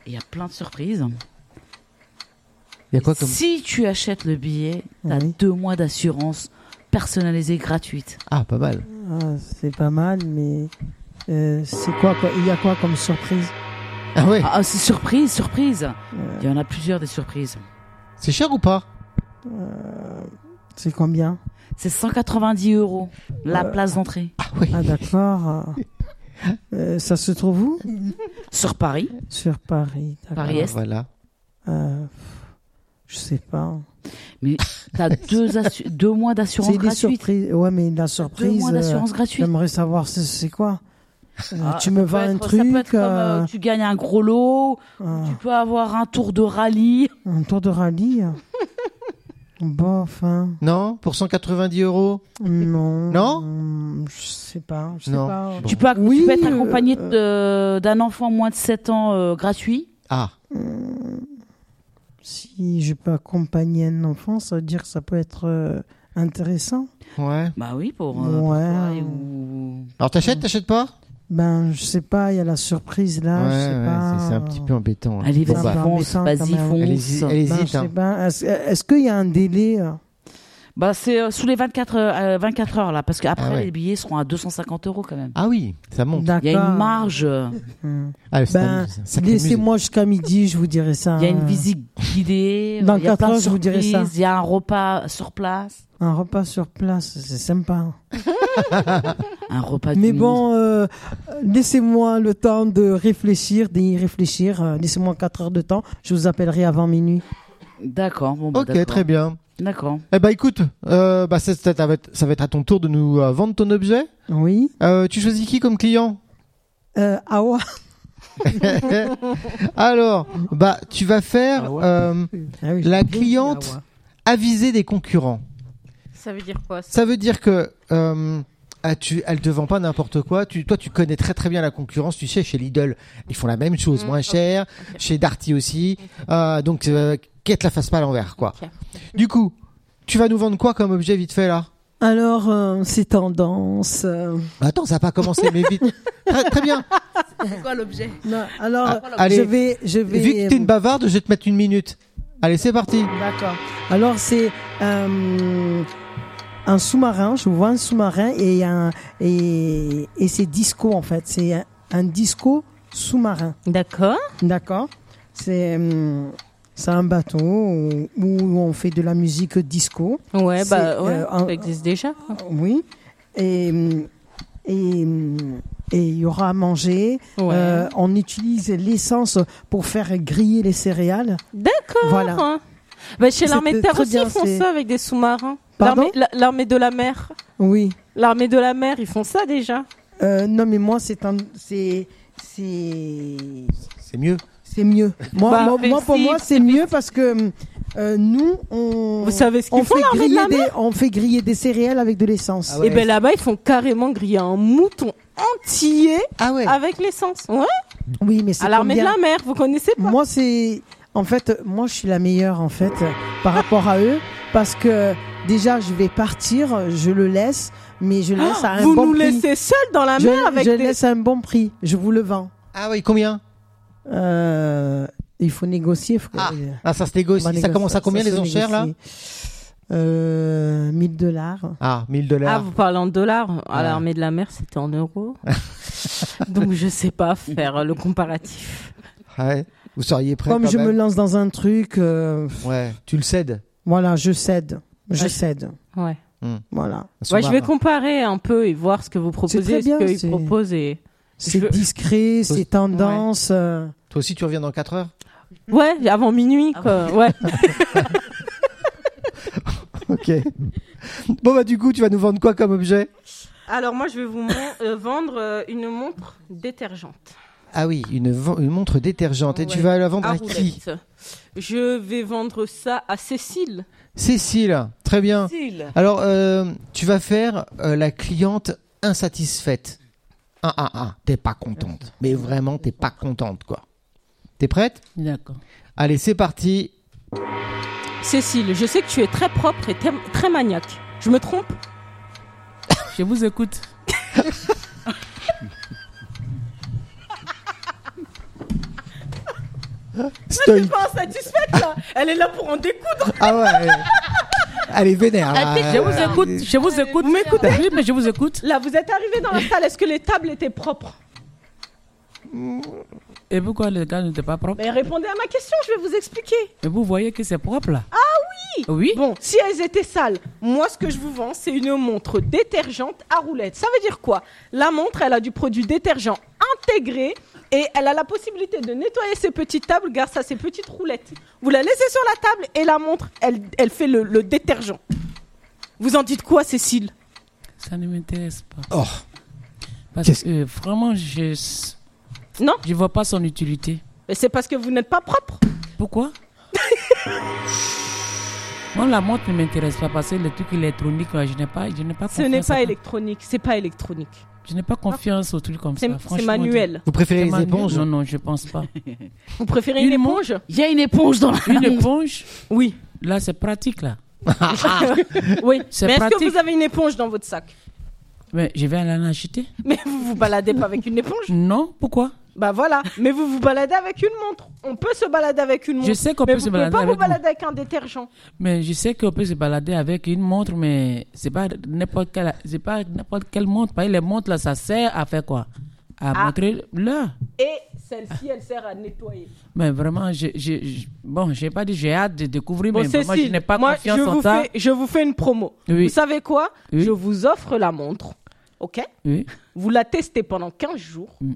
Et Il y a plein de surprises.
Il y a quoi comme
Si tu achètes le billet, t'as
Oui.
deux mois d'assurance personnalisée gratuite.
Ah, pas mal.
Ah, c'est pas mal, mais euh, c'est quoi, quoi Il y a quoi comme surprise
Ah
Eh.
ouais.
Ah, ah, c'est surprise, surprise.
Euh,
Il y en a plusieurs des surprises.
C'est cher ou pas
euh, C'est combien
C'est 190 euros la
Euh.
place d'entrée
Ah oui.
Ah d'accord. Euh, ça se trouve où
sur Paris.
Sur Paris. d'accord.
Paris Est.
Ah, Voilà.
Euh, pff, je sais pas.
T'as deux, assu- deux mois d'assurance
C'est des
gratuite.
surprises. Ouais, mais la
Deux
surprise.
mois
euh,
d'assurance gratuite.
J'aimerais savoir c'est- c'est quoi. Euh,
Ah,
tu me
ça peut
vends un
être-
truc,
Ça peut être comme, euh,
euh,
tu gagnes un gros lot,
ah,
tu peux avoir un tour de rallye.
un tour de rallye. euh. Bof, hein.
Non, pour 190 euros.
Non.
Non
Hum, Je sais pas. Je sais
Non.
pas.
Bon.
Tu peux, ac-
Oui,
tu peux être
euh,
accompagné de- d'un enfant moins de 7 ans euh, gratuit.
Ah.
Hum, Si je peux accompagner un enfant, ça veut dire que ça peut être euh, intéressant.
Ouais.
Bah oui, pour, euh,
Ouais.
pour toi et ou- Euh,
Alors t'achètes, t'achètes pas
Ben, je sais pas, il y a la surprise
Ah,
là. je
Ouais,
sais
ouais,
pas.
c'est- c'est un petit peu embêtant. hein.
Allez,
Bon,
vas-y,
bah,
bah,
fonce,
embêtant, quand
vas-y,
même.
fonce.
elle hési- elle
Ben, je
hésite.
sais
hein.
pas. Est-ce est-ce qu'il y a un délai euh
Bah, c'est euh, sous les 24, heures- euh, 24 heures, là, parce qu'après,
Ah ouais.
les billets seront à 250 euros quand même.
Ah oui, ça monte.
D'accord.
Il y a une marge, euh,
Hmm.
Ah, c'est
Ben,
un- c'est un sacré
Laissez-moi jusqu'à midi, je vous dirai ça.
il y a une
hein.
visite guidée, euh,
Dans
il y a
quatre
plein de
heures, je vous dirai ça.
surprises, il y a un repas sur place,
Un repas sur place, c'est sympa.
un repas
Mais
du monde.
bon, euh, laissez-moi le temps de réfléchir, d'y réfléchir. Euh, laissez-moi 4 heures de temps. Je vous appellerai avant minuit.
D'accord, bon,
musée.
bah,
Ok,
hein.
d'accord.
très bien.
D'accord.
Eh ben écoute, euh, bah, ça, ça va être, ça va être à ton tour de nous euh, vendre ton objet.
Oui.
Euh, tu choisis qui comme client
Euh, ah ouais.
Alors, bah tu vas faire euh,
Ah oui,
la
j'ai oublié,
cliente
ah ouais.
aviser des concurrents.
Ça veut dire quoi ça
Ça veut dire que euh, ah, tu, elle te vend pas n'importe quoi. Tu, toi, tu connais très très bien la concurrence. Tu sais, chez Lidl, ils font la même chose,
Mm,
moins
ok,
cher.
ok.
Chez Darty aussi. Euh, donc, euh, qu'elle te la fasse pas à l'envers, quoi.
Ok.
Du coup, tu vas nous vendre quoi comme objet vite fait là
Alors, euh, c'est tendance. euh,
Bah, Attends, ça a pas commencé, mais vite. très, très bien.
C'est quoi l'objet
non, alors,
Ah,
euh,
allez.
je vais, je vais.
Vu que t'es une bavarde, je vais te mettre une minute. Allez, c'est parti.
D'accord. Alors, c'est euh, un sous-marin. Je vois un sous-marin et un et, et c'est disco en fait. C'est un, un disco sous-marin.
D'accord.
D'accord. C'est euh, c'est un bateau où, où on fait de la musique disco.
Ouais,
C'est,
bah ouais,
euh, un-
ça existe déjà.
Oui. Et euh, et euh, et il y aura à manger.
Ouais.
Euh, on utilise l'essence pour faire griller les céréales.
D'accord.
Voilà.
Bah, chez l'armée de
C'était
terre
très
aussi,
bien,
ils font
c'est-
ça avec des sous-marins.
Pardon
L'armée- la- L'armée de la mer.
Oui.
L'armée de la mer, ils font ça déjà.
Euh, non, mais moi, c'est un, c'est, c'est,
C'est mieux.
c'est mieux. Moi,
Bah,
moi, moi, pour
merci.
moi, c'est mieux parce que euh, nous, on,
Vous savez ce
on
qu'ils font,
fait
l'armée de
griller
la mer
des, on fait griller des céréales avec de l'essence.
Ah ouais.
Et ben
bah,
là-bas, ils font carrément griller un mouton entier
Ah ouais.
avec l'essence. Ouais,
Oui, mais c'est
à l'armée de
combien
la mer, vous connaissez pas
Moi, c'est, en fait, moi, je suis la meilleure en fait euh, par rapport à eux parce que déjà, je vais partir, je le laisse, mais je le laisse à un
Ah, Vous
bon
nous
prix.
laissez seuls dans la
je
mer avec
je
des...
laisse à un bon prix. Je vous le vends.
Ah oui, combien
Euh, il faut négocier. faut-
Ah. Ah, ça se négocie.
On va
ça
négocier-
commence à combien
ça
les
se
enchères là
négocie. euh, 1000 dollars.
Ah, 1000 dollars.
Ah, vous parlez en dollars. À
Ouais.
l'armée de la mer, c'était en euros. Donc je sais pas faire le comparatif.
Ouais. Vous seriez prêt
Comme
quand
je me
même
lance dans un truc, euh,
Ouais. Tu le cèdes.
voilà, je cède. Je
Ouais.
cède.
Ouais.
Voilà.
Sous
Ouais, je vais
marin.
comparer un peu et voir ce que vous proposez,
bien,
ce
c'est-
qu'ils proposent. Et...
C'est
veux-
discret, c'est tendance. euh,
Toi aussi, tu reviens dans 4 heures
Ouais, avant minuit,
Ah
quoi. Ouais.
Ok. bon, bah, du coup, tu vas nous vendre quoi comme objet
Alors moi, je vais vous mon- euh, vendre euh, une montre détergente.
Ah oui, une, vo- une montre détergente. Et tu
Ouais. Ah,
vas la vendre
à
à bah, qui
roulette. Je vais vendre ça à Cécile.
Cécile. Très bien. Alors, euh, tu vas faire euh, la cliente insatisfaite. Ah, ah, ah. T'es pas contente. Mais vraiment, t'es pas contente, quoi. T'es prête
D'accord.
Allez, c'est parti.
Cécile, je sais que tu es très propre et très- très maniaque. Je me trompe
Je vous écoute.
Stoïque.
Ah, Pas insatisfaite là. Elle est là pour en découdre.
Ah ouais. elle est- Elle est vénère. là.
Je vous écoute. Je vous écoute. Vous m'écoutez Oui, mais je vous écoute.
Là, vous êtes arrivé dans la salle. Est-ce que les tables étaient propres
Et pourquoi les gars n'étaient pas propres
Mais Ben, répondez à ma question. Je vais vous expliquer.
Et vous voyez que c'est propre là Ah oui Oui
Bon, si elles étaient sales, moi, ce que je vous vends, c'est une montre détergente à roulette. Ça veut dire quoi La montre, elle a du produit détergent intégré et elle a la possibilité de nettoyer ses petites tables grâce à ses petites roulettes. Vous la laissez sur la table et la montre, elle, elle fait le, le détergent. Vous en dites quoi, Cécile
Ça ne m'intéresse pas.
Oh.
Parce
Qu'est-ce-
que euh, vraiment, je.
Non.
Je vois pas son utilité.
Mais C'est parce que vous n'êtes pas propre.
Pourquoi Moi, la montre ne m'intéresse pas parce que les trucs électroniques, là, je n'ai pas, je n'ai pas
Ce
confiance
n'est
à-
pas électronique. C'est pas électronique.
Je n'ai pas confiance aux trucs comme
C'est
ça.
c'est
franchement,
manuel.
Vous préférez
c'est
les
manuel.
éponges hein.
Non, non, je pense pas.
Vous préférez
Une
une, éponge
Il y a une éponge dans la
Une éponge,
Oui.
là, c'est pratique, là.
oui.
C'est
Mais est-ce que
pratique.
vous avez une éponge dans votre sac
Mais je vais aller en acheter.
Mais vous vous baladez pas avec une éponge
Non, pourquoi
Bah voilà. Mais vous vous baladez avec une montre. On peut se balader avec une montre.
Je sais qu'on
mais
peut
vous
se
pouvez
balader
pas
avec
vous balader avec un détergent.
Mais je sais qu'on peut se balader avec une montre, mais c'est pas n'importe quelle, c'est pas n'importe quelle montre. Parce que les montres là, ça sert à faire quoi À
Ah.
montrer l'heure.
Et celle-ci, elle sert à nettoyer.
Mais vraiment, je, je, je- bon, j'ai pas dit j'ai hâte de découvrir, mais vraiment,
Cécile,
je n'ai pas
moi,
confiance
je
en
vous
ça.
Fais, je vous fais une promo.
Oui.
Vous savez quoi
Oui.
Je vous offre la montre. OK
Oui.
Vous la testez pendant 15 jours.
Mm.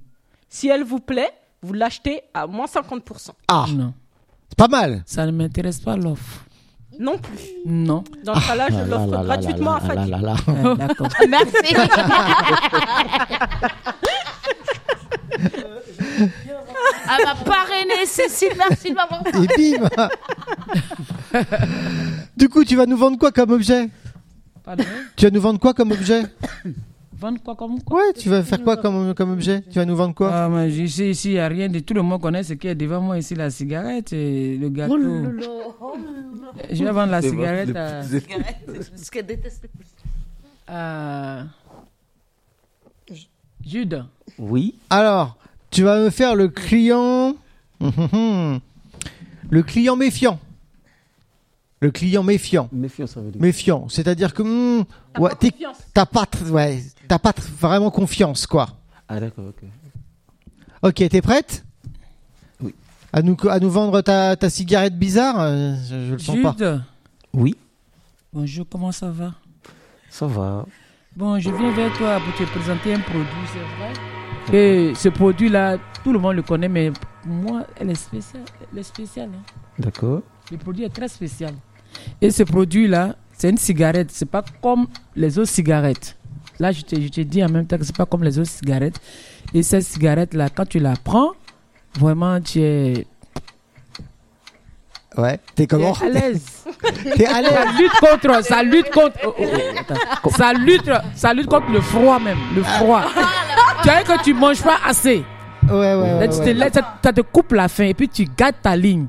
Si elle vous plaît, vous l'achetez à moins 50%.
Ah,
Non,
c'est pas mal.
ça ne m'intéresse pas l'offre.
Non plus.
Non.
Dans ce cas-là, je
Ah là
l'offre
là là
gratuitement
là
à
là
Fatih.
là là là.
Euh, D'accord.
Merci.
Ah ma parrainée Cécile, merci de m'avoir
Et bim Du coup, tu vas nous vendre quoi comme objet
Pardon.
Tu vas nous vendre quoi comme objet
Vendre quoi comme quoi
Ouais, tu vas faire quoi comme, comme objet Tu vas nous vendre quoi
Ah, mais je sais, ici, il n'y a rien de tout le monde connaît ce qui est devant moi ici, la cigarette et le
Oh
gâteau. Je vais vendre la
C'est
cigarette
bon,
à,
les petits-
ce qu'elle déteste le plus.
à- Ah. Jude.
Oui.
Alors, tu vas me faire le client. Hum, hum, hum. Le client méfiant. Le client méfiant.
Méfiance, ça veut dire.
Méfiant. C'est-à-dire que. hum, ouais, t'es- T'as pas, tr- ouais, t'as pas tr- vraiment confiance, quoi.
Ah, d'accord, ok.
Ok, t'es prête
Oui.
À nous, co- à nous vendre ta, ta cigarette bizarre Euh, je, je le sens
Jude.
pas.
Oui,
Bonjour, comment ça va
ça va.
Bon, je viens vers toi pour te présenter un produit, c'est vrai que ce produit-là, tout le monde le connaît, mais pour moi, elle est spéciale. Elle est spéciale hein.
D'accord.
Le produit est très spécial. Et ce produit-là, c'est une cigarette. C'est pas comme les autres cigarettes. Là, je te, je te dis en même temps que c'est pas comme les autres cigarettes. Et cette cigarette-là, quand tu la prends, vraiment, tu es,
Ouais. T'es
tu es
comment
à l'aise.
T'es à l'aise
ça lutte contre, ça lutte contre, oh, oh, oh, attends. ça lutte, ça lutte contre le froid même, le froid. tu as vu que tu manges pas assez.
Ouais, ouais, ouais.
Là, tu te
ouais.
laisses- ça- ça te coupe la faim et puis tu gardes ta ligne.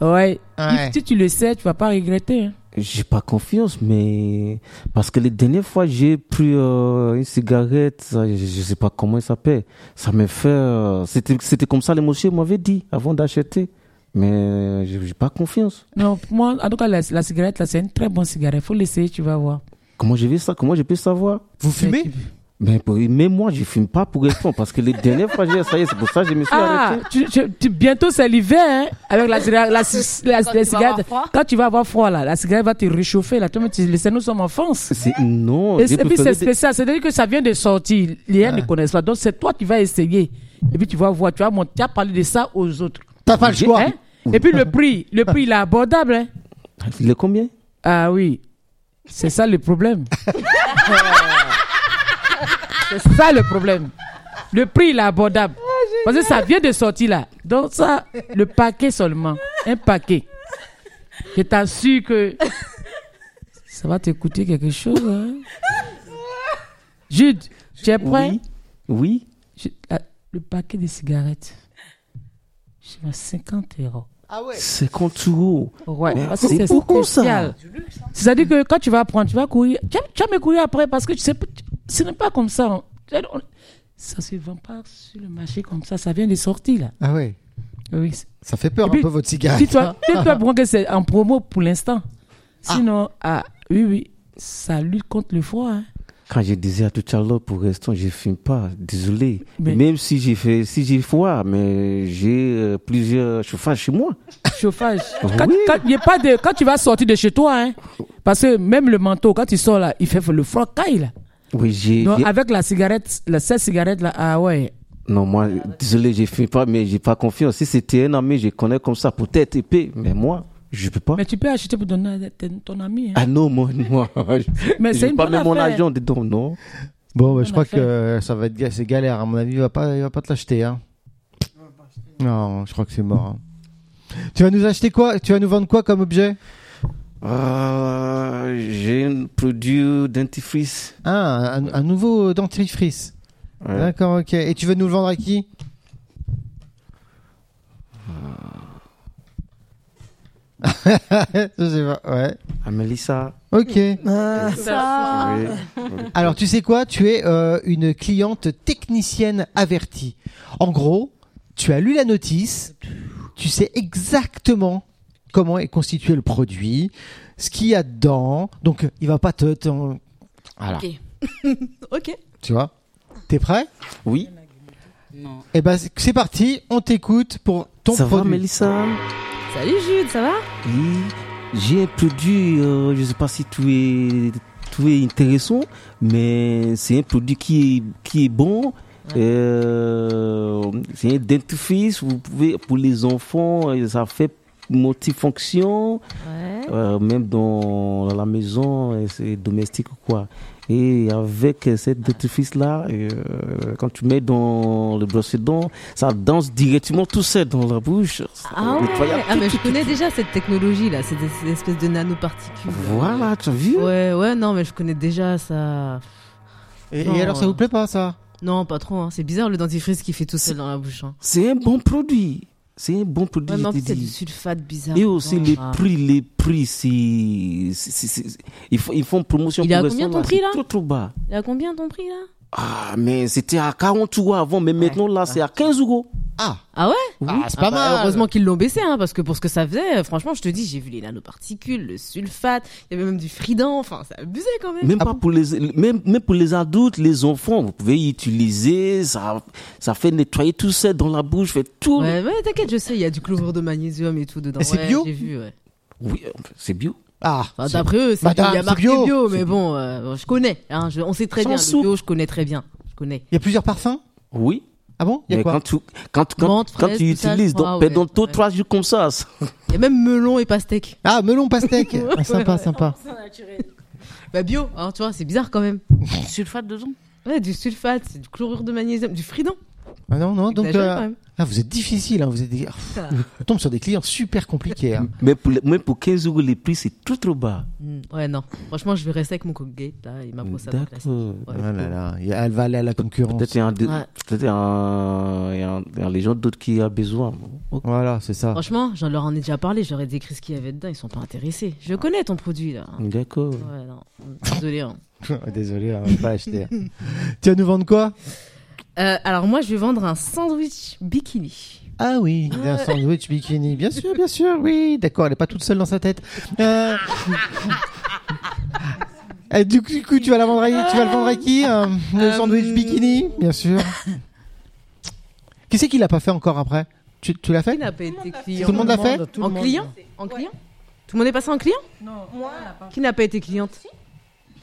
Ouais.
Ouais.
Si tu le sais, tu vas pas regretter. hein.
J'ai pas confiance, mais parce que les dernières fois j'ai pris euh, une cigarette, ça, je, je sais pas comment elle s'appelle. Ça me fait, euh, c'était c'était comme ça les monsieur m'avaient dit avant d'acheter, mais euh, j'ai j'ai pas confiance.
Non, pour moi, en tout cas, la, la cigarette, là, c'est une très bonne cigarette. Faut l'essayer, tu vas voir.
Comment je vais ça Comment je peux savoir
Vous fumez
mais, pour- mais moi je fume pas pour répondre parce que les dernières fois j'ai essayé, c'est pour ça que je me suis
Ah,
arrêté.
tu, tu- tu- bientôt c'est l'hiver, hein, avec la, cira- la, ci- la-
Quand
la
tu vas
cigarette.
avoir froid.
Quand tu vas avoir froid, là, la cigarette va te réchauffer. Là, toi, tu, le- nous sommes en France.
C'est non.
Et,
j'ai
et puis
préféré
c'est
des- Ah.
spécial, c'est-à-dire que ça vient de sortir. Les gens ne connaissent pas. Donc c'est toi qui vas essayer. Et puis tu vas voir, tu vas, mont- tu vas parler de ça aux autres.
T'as pas le
J'ai-
choix.
Hein? Et puis le prix, le prix il est abordable. hein.
Il est combien
Ah oui, c'est ça le problème. c'est ça le problème. Le prix il est abordable. Parce que ça vient de sortir là. Donc ça, le paquet seulement. Un paquet. Je t'assure que ça va te coûter quelque chose. hein. Jude, tu es prêt
Oui. Oui.
Ju- ah, Le paquet de cigarettes. Je mets 50 euros.
50 euros.
Ouais,
Mais
parce que
c'est
c'est
beaucoup, ça.
spécial. C'est-à-dire que quand tu vas prendre, tu vas courir. Tu vas, tu vas me courir après parce que tu sais, pas- tu- ce n'est pas comme ça. On- tu sais, on- Ça se vend pas sur le marché comme ça. Ça vient de sortir, là.
Ah ouais.
Oui. c'est-
Ça fait peur
Et puis,
un peu votre cigarette.
Si toi, tu dois prendre que c'est en promo pour l'instant. Sinon, ah, oui, oui, ça lutte contre le froid. hein.
Quand je disais à tout à l'heure pour restant, je fume pas, désolé.
Mais-
Même si j'ai fait, si j'ai froid, mais j'ai euh, plusieurs chauffages chez moi.
Chauffage.
Oui.
Quand, quand il y a pas de, quand tu vas sortir de chez toi, hein, parce que même le manteau, quand tu sors là, il fait le froid caille, là.
Oui, j'ai.
Donc,
j'ai-
avec la cigarette, la, cette cigarette là, ah ouais,
Non, moi, désolé, je fume pas, mais j'ai pas confiance. Si c'était un ami, je connais comme ça, peut-être épais, mais moi, je peux pas.
Mais tu peux acheter pour donner à ton- ton ami. hein.
Ah non, moi, moi, je-
Mais
j'ai
c'est une
pas
bonne
même mon
affaire.
argent dedans, non.
Bon, bah, je
On
crois
a fait.
que ça va être ga- c'est galère. À mon avis, il va pas, il va pas te l'acheter. Hein. Non, je crois que c'est mort. hein. Tu vas nous acheter quoi Tu vas nous vendre quoi comme objet
Euh, j'ai un produit dentifrice. euh,
Ah, un, un nouveau dentifrice.
Ouais.
D'accord, ok. Et tu veux nous le vendre à qui Je sais pas, ouais.
à Melissa.
Ok.
Ah,
Ça.
Oui.
Alors, tu sais quoi Tu es euh, une cliente technicienne avertie. En gros, tu as lu la notice, tu sais exactement comment est constitué le produit, ce qu'il y a dedans. Donc, il va pas te. t'en- Voilà.
Ok. ok.
Tu vois T'es prêt
Oui.
Non.
Eh ben, c'est- c'est parti. On t'écoute pour ton
ça va,
produit.
Melissa
Salut Jude, ça va
Oui. J'ai un produit, euh, je sais pas si tu es, tu es intéressant, mais c'est un produit qui est, qui est bon. Euh, c'est un dentifrice, vous pouvez, pour les enfants, euh, ça fait multifonction.
Ouais.
Euh, même dans la maison, euh, c'est domestique ou quoi. Et avec euh, cette dentifrice-là, euh, quand tu mets dans le brosse à dents, ça danse directement tout seul dans la bouche. Ça
Ah
nettoie
ouais. Ah mais
tout,
je
tout,
connais
tout.
déjà cette technologie là, ces ces espèces de nanoparticules.
Voilà, tu as vu
Ouais, ouais, non, mais je connais déjà ça.
Et, et
Non,
alors, ça
euh,
vous plaît pas, ça
Non, pas trop. hein. C'est bizarre le dentifrice qui fait tout seul dans la bouche. Hein.
C'est un bon produit. C'est un bon produit,
Ouais, mais en
je
plus,
te
c'est du hein.
dis.
sulfate bizarre. Ah.
Et aussi
dedans,
les
là.
prix, les prix, c'est, c'est- c'est- c'est- ils, font, ils font promotion
Il est à
pour
combien
l'instant,
ton prix,
c'est
là
trop, trop bas.
Il a combien ton prix là
Ah, mais c'était à 40 euros avant, mais maintenant là, c'est à 15 euros.
Ah,
Ah ouais
ah c'est pas
Ah bah,
mal.
Heureusement qu'ils l'ont baissé, hein, parce que pour ce que ça faisait, euh, franchement, je te dis, j'ai vu les nanoparticules, le sulfate, il y avait même du frident, enfin, c'est abusé quand même.
Même pas pour les même, même pour les adultes, les enfants, vous pouvez y utiliser, ça ça fait nettoyer tout ça dans la bouche, fait tout.
Ouais, ouais, t'inquiète, je sais, il y a du chlorure de magnésium et tout dedans.
Et c'est
Ouais,
bio
J'ai vu, ouais.
Oui, euh, c'est bio.
Ah,
Enfin, Bah, d'après eux, c'est
Madame,
il y a
c'est
marqué
bio.
bio, mais bon, euh, bon, je connais, hein, je- on sait très
Sans
bien,
soupe.
le bio, je connais très bien, je connais.
il y a plusieurs parfums
Oui.
Ah bon Il y a
Mais
quoi
quand tu quand quand,
Menthe,
quand
fraise,
tu
tout ça, je
utilises
crois,
dans,
ouais,
pendant deux,
ouais.
trois jours comme ça, ça-
Il y a même melon et pastèque.
Ah, melon pastèque. Ah, sympa, sympa.
Bah bio, hein, tu vois, c'est bizarre quand même.
Sulfate dedans
Ouais, du sulfate, c'est du chlorure de magnésium, du frident.
Ah non, non, donc
Exagère,
euh,
quand même.
ah, vous êtes difficile, hein, vous êtes des- Ah, pff, on tombe sur des clients super compliqués. hein.
mais pour les- même pour 15 euros les prix c'est tout trop bas.
Mm, Ouais, non. Franchement, je vais rester avec mon Colgate, là, et ma brosse à dents classique.
D'accord.
Ouais.
Ah là là, il y a- elle va aller à la concurrence.
Peut-être il y a un, de-
Ouais.
peut-être il y a un- il y a un- il y a les gens d'autres qui a besoin. Ok.
Voilà, c'est ça.
Franchement, je leur en ai déjà parlé, j'aurais décrit ce qu'il y avait dedans, ils sont pas intéressés. Je connais ton produit, là.
Mm.
D'accord.
Ouais, non. Désolé. hein.
Désolé, on va pas acheter. tu vas nous vendre quoi
Euh, alors, moi, je vais vendre un sandwich bikini.
Ah oui, un sandwich bikini. Bien sûr, bien sûr, oui. D'accord, elle est pas toute seule dans sa tête. Euh, Et du coup, du coup, tu vas la vendre à, tu vas le vendre à qui euh, Le sandwich bikini, bien sûr. Qui c'est qui l'a pas fait encore après Tu, tu l'as fait
Qui n'a pas été client
Tout le monde l'a fait
tout le
En
monde.
client En client Tout le monde est passé en client Non. Qui n'a pas été cliente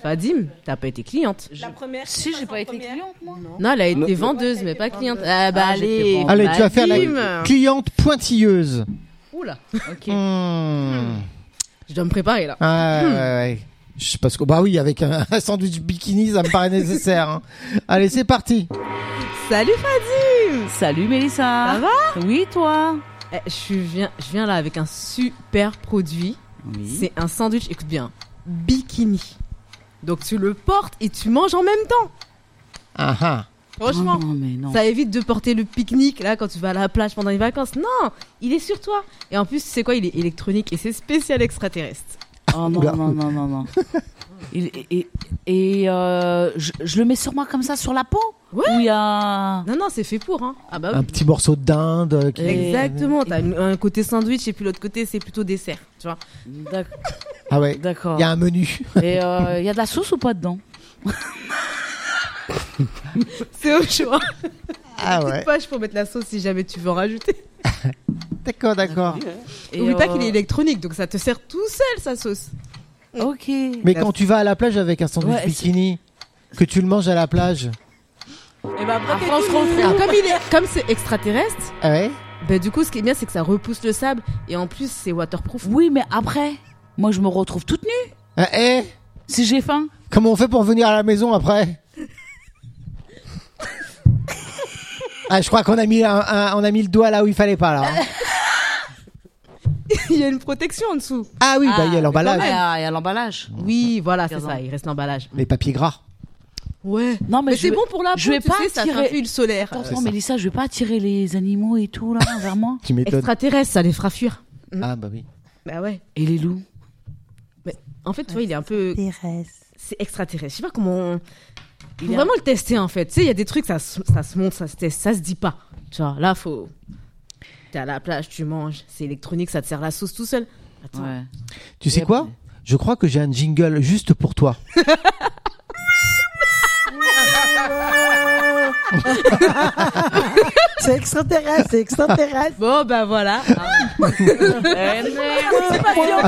Fadim, t'as pas été cliente.
La première.
Si, j'ai pas été cliente, moi.
Non, elle a été vendeuse, mais pas cliente. Ah bah
Ah, j'étais
allez,
vendeuse.
Allez, tu vas faire la
Fadim.
cliente pointilleuse.
Oula, ok.
Hmm.
Je dois me préparer là.
Ah, ouais, ouais, ouais. Je sais pas ce que. Bah oui, avec un, un sandwich bikini, ça me paraît nécessaire. hein. Allez, c'est parti.
Salut Fadim
Salut Mélissa.
Ça va
Oui, toi
Eh, Je viens, je viens là avec un super produit. C'est un sandwich, écoute bien, bikini. Donc tu le portes et tu manges en même temps.
Ah ah.
Franchement,
Oh, Non, mais non.
ça évite de porter le pique-nique là quand tu vas à la plage pendant les vacances. Non, il est sur toi. Et en plus, tu sais quoi, il est électronique et c'est spécial extraterrestre.
Oh non,
Oula.
non, non, non, non. Il- et et- et, euh, je, je le mets sur moi comme ça, sur la peau
Ouais.
Où il y a...
Non, non, c'est fait pour. Hein. Ah bah oui.
Un petit morceau de dinde. euh, qui-
Exactement, t'as une- un côté sandwich et puis l'autre côté c'est plutôt dessert, tu vois.
D'ac-
Ah ouais.
D'accord.
Il y a un menu.
Et euh, il y a de la sauce ou pas dedans
C'est au choix.
Ah
Petite page pour mettre la sauce si jamais tu veux en rajouter.
D'accord, d'accord.
Et
N'oublie pas
euh,
qu'il est électronique, donc ça te sert tout seul sa sauce.
Ok.
Mais quand tu vas à la plage avec un sandwich
Ouais,
bikini, que tu le manges à la plage.
Et ben après, t'es
France
tout
Renfrew.
nu.
Alors, comme il est, comme c'est extraterrestre,
Ah ouais.
bah, du coup, ce qui est bien, c'est que ça repousse le sable et en plus, c'est waterproof.
Oui, mais après, moi je me retrouve toute nue
Ah, eh
si j'ai faim.
Comment on fait pour venir à la maison après Ah, je crois qu'on a mis un- un- on a mis le doigt là où il fallait pas là. hein.
il y a une protection en dessous.
Ah oui, bah il y a
Ah, Il y
l'emballage,
a, il y a l'emballage.
Oui, voilà, c'est
Pardon.
ça, il reste l'emballage.
les papiers gras.
Ouais.
Non, mais,
Mais
je
c'est
vais-
bon pour la peau,
je vais
tu
pas
sais, ça fait
tirer-
un pull solaire.
Attends,
Euh,
attends, Mélissa, je vais pas attirer les animaux et tout là vers moi.
Tu m'étonnes.
Extraterrestre, ça les fera fuir.
Ah bah oui.
Bah ouais.
Et les loups
En fait, tu vois, il est un peu.
Thérèse.
C'est extraterrestre. Je sais pas comment. on- Faut
est
vraiment le tester, en fait. Tu sais, il y a des trucs, ça, se- ça se montre, ça se teste, ça se dit pas. Tu vois, là, faut. T'es à la plage, tu manges, c'est électronique, ça te sert la sauce tout seul. Attends.
Ouais.
Tu sais quoi Je crois que j'ai un jingle juste pour toi.
C'est extraterrestre, c'est extraterrestre.
Bon, bah voilà.
Point,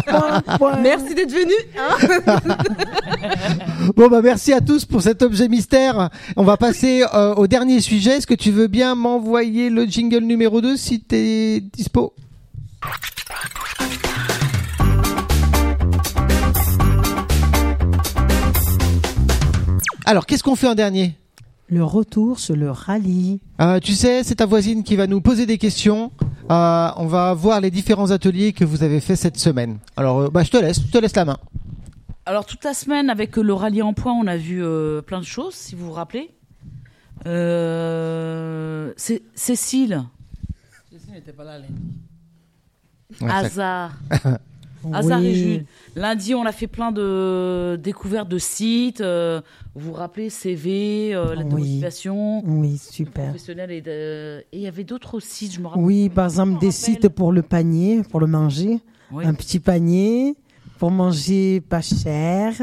point, point.
Merci d'être venu.
Bon bah merci à tous pour cet objet mystère. On va passer euh, au dernier sujet. Est-ce que tu veux bien m'envoyer le jingle numéro 2 si t'es dispo Alors qu'est-ce qu'on fait en dernier
Le retour sur le rallye.
Euh, tu sais, c'est ta voisine qui va nous poser des questions. Euh, on va voir les différents ateliers que vous avez fait cette semaine. Alors, euh, bah, je te laisse, je te laisse la main.
Alors toute la semaine avec euh, le rallye en point, on a vu euh, plein de choses, si vous vous rappelez. Euh, Cé- Cécile,
Ceci n'était pas là lundi.
Ah, hasard, hasard et
Oui.
Jules. Lundi, on a fait plein de découvertes de sites. euh, vous vous rappelez CV, euh, la
Oui.
motivation
Oui, super.
professionnelle et de- et il y avait d'autres sites, je me rappelle.
Oui, par exemple, des sites pour le panier, pour le manger.
Oui.
Un petit panier pour manger pas cher.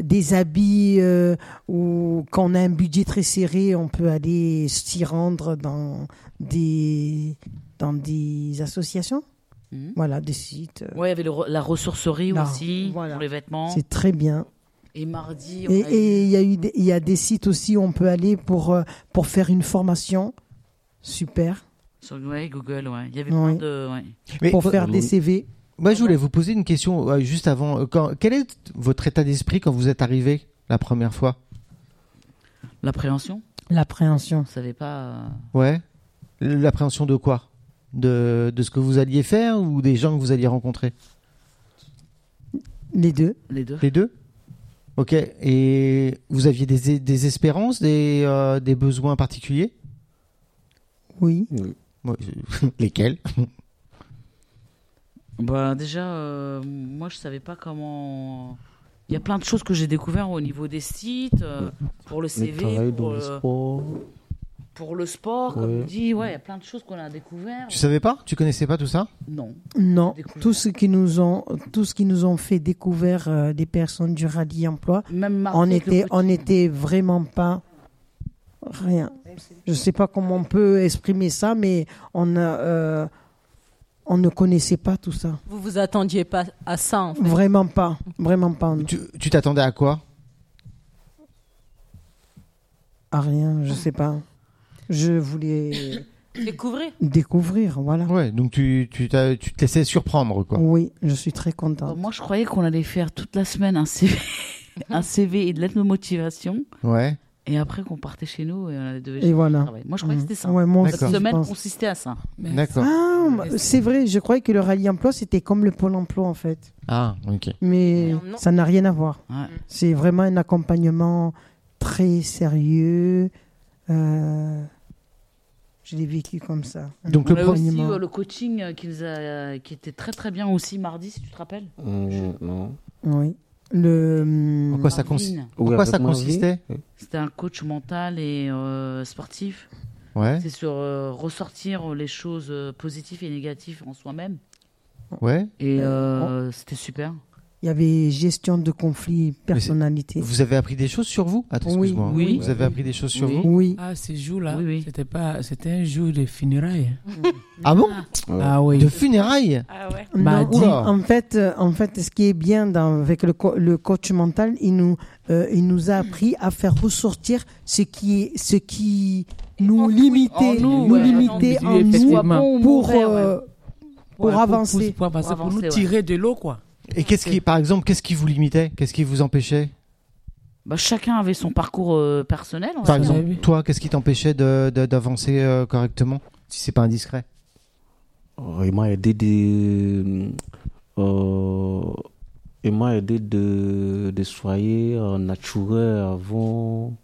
Des habits euh, où, quand on a un budget très serré, on peut aller s'y rendre dans des, dans des associations.
Mhm.
Voilà, des sites. euh,
Ouais, il y avait le re- la ressourcerie
Non,
aussi
voilà.
pour les vêtements.
C'est très bien.
Et mardi, on
Et
a eu-
et il y a eu, des- il y a des sites aussi où on peut aller pour euh, pour faire une formation. Super.
sur ouais, Google, ouais. Il y avait
Oui.
plein de. ouais.
Mais
Pour faire des
oui.
CV.
moi, je voulais vous poser une question euh, juste avant. Euh, Quand, quel est votre état d'esprit quand vous êtes arrivé la première fois
L'appréhension,
L'appréhension.
on savait pas. euh,
Ouais. L'appréhension de quoi de, de ce que vous alliez faire ou des gens que vous alliez rencontrer
Les deux.
les deux.
Les deux Ok. Et vous aviez des, des espérances, des, euh, des besoins particuliers
Oui.
Moi, je- Lesquels
Bah déjà, euh, moi je savais pas comment. Il y a plein de choses que j'ai découvert au niveau des sites, euh, pour le
Mais
CV,
travailler dans
pour,
le
euh,
sport.
pour le sport, comme
Ouais.
on dit. Ouais, il y a plein de choses qu'on a découvert.
Tu savais pas Tu connaissais pas tout ça
Non.
Non,
Découvert.
tout ce qui nous ont, tout ce qui nous ont fait découvrir euh, des personnes du rallye emploi,
Même Marc,
on
avec le
était,
petit-
on était vraiment pas rien. Je sais pas comment on peut exprimer ça, mais on a, euh, on ne connaissait pas tout ça.
Vous vous attendiez pas à ça, en fait.
Vraiment pas, vraiment pas non.
Tu tu t'attendais à quoi
à Ah, rien. Je sais pas. Je voulais
Découvrez.
découvrir, voilà.
Ouais, donc tu, tu, t'as- tu te laissais surprendre, quoi.
Oui, je suis très
Bah,
contente.
moi je croyais qu'on allait faire toute la semaine un CV, un CV et de l'aide de motivation,
Ouais.
et après qu'on partait chez nous et on devait
Et voilà.
travailler. Moi je croyais que c'était ça.
Ouais, moi aussi,
Cette
D'accord.
je
semaine
pense.
consistait à ça.
Mais
D'accord.
Ah, c'est vrai. Je croyais que le rallye emploi c'était comme le pôle emploi en fait.
Ah, ok.
mais
Alors, non.
ça n'a rien à voir.
Ouais.
C'est vraiment un accompagnement très sérieux. Euh, je l'ai vécu comme ça.
Donc
On
le
a eu
premier.
aussi euh, le coaching euh, qu'ils a- qui était très très bien aussi mardi, si tu te rappelles.
Hum, non.
Oui. Le, hum,
En quoi ça, cons-
Marvin.
en
Oui,
quoi
avec
ça
Marvin.
consistait
C'était un coach mental et euh, sportif.
Ouais,
C'est sur euh, ressortir les choses euh, positives et négatives en soi-même.
ouais.
Et euh, c'était super.
Il y avait gestion de conflits, personnalité.
Vous avez appris des choses sur vous Attends,
Oui,
excuse-moi.
oui.
Vous avez appris des choses sur
Oui.
vous
Oui,
Ah, ces jours-là,
Oui, oui.
c'était pas, c'était un jour de funérailles.
Ah bon
Ah oui.
De funérailles
Non,
Bah,
oui.
dis-
en fait, euh, en fait, ce qui est bien dans- avec le, co- le coach mental, il nous, euh, il nous a appris à faire ressortir ce qui, est- ce qui nous
En
limitait,
nous,
nous
ouais.
limitait en
Effectivement.
nous
Bon,
pour,
mauvais, ouais.
euh, pour avancer.
Pour, avancer,
Pour
pour nous
avancer, ouais.
tirer de l'eau, quoi.
Et qu'est-ce qui, par exemple, qu'est-ce qui vous limitait Qu'est-ce qui vous empêchait
Bah, chacun avait son parcours euh, personnel.
Oh,
on va
Par
dire.
exemple,
oui.
toi, qu'est-ce qui t'empêchait de- de- d'avancer euh, correctement Si c'est pas indiscret.
Oh, il m'a aidé de. euh, il m'a aidé de, de soigner euh, naturel avant.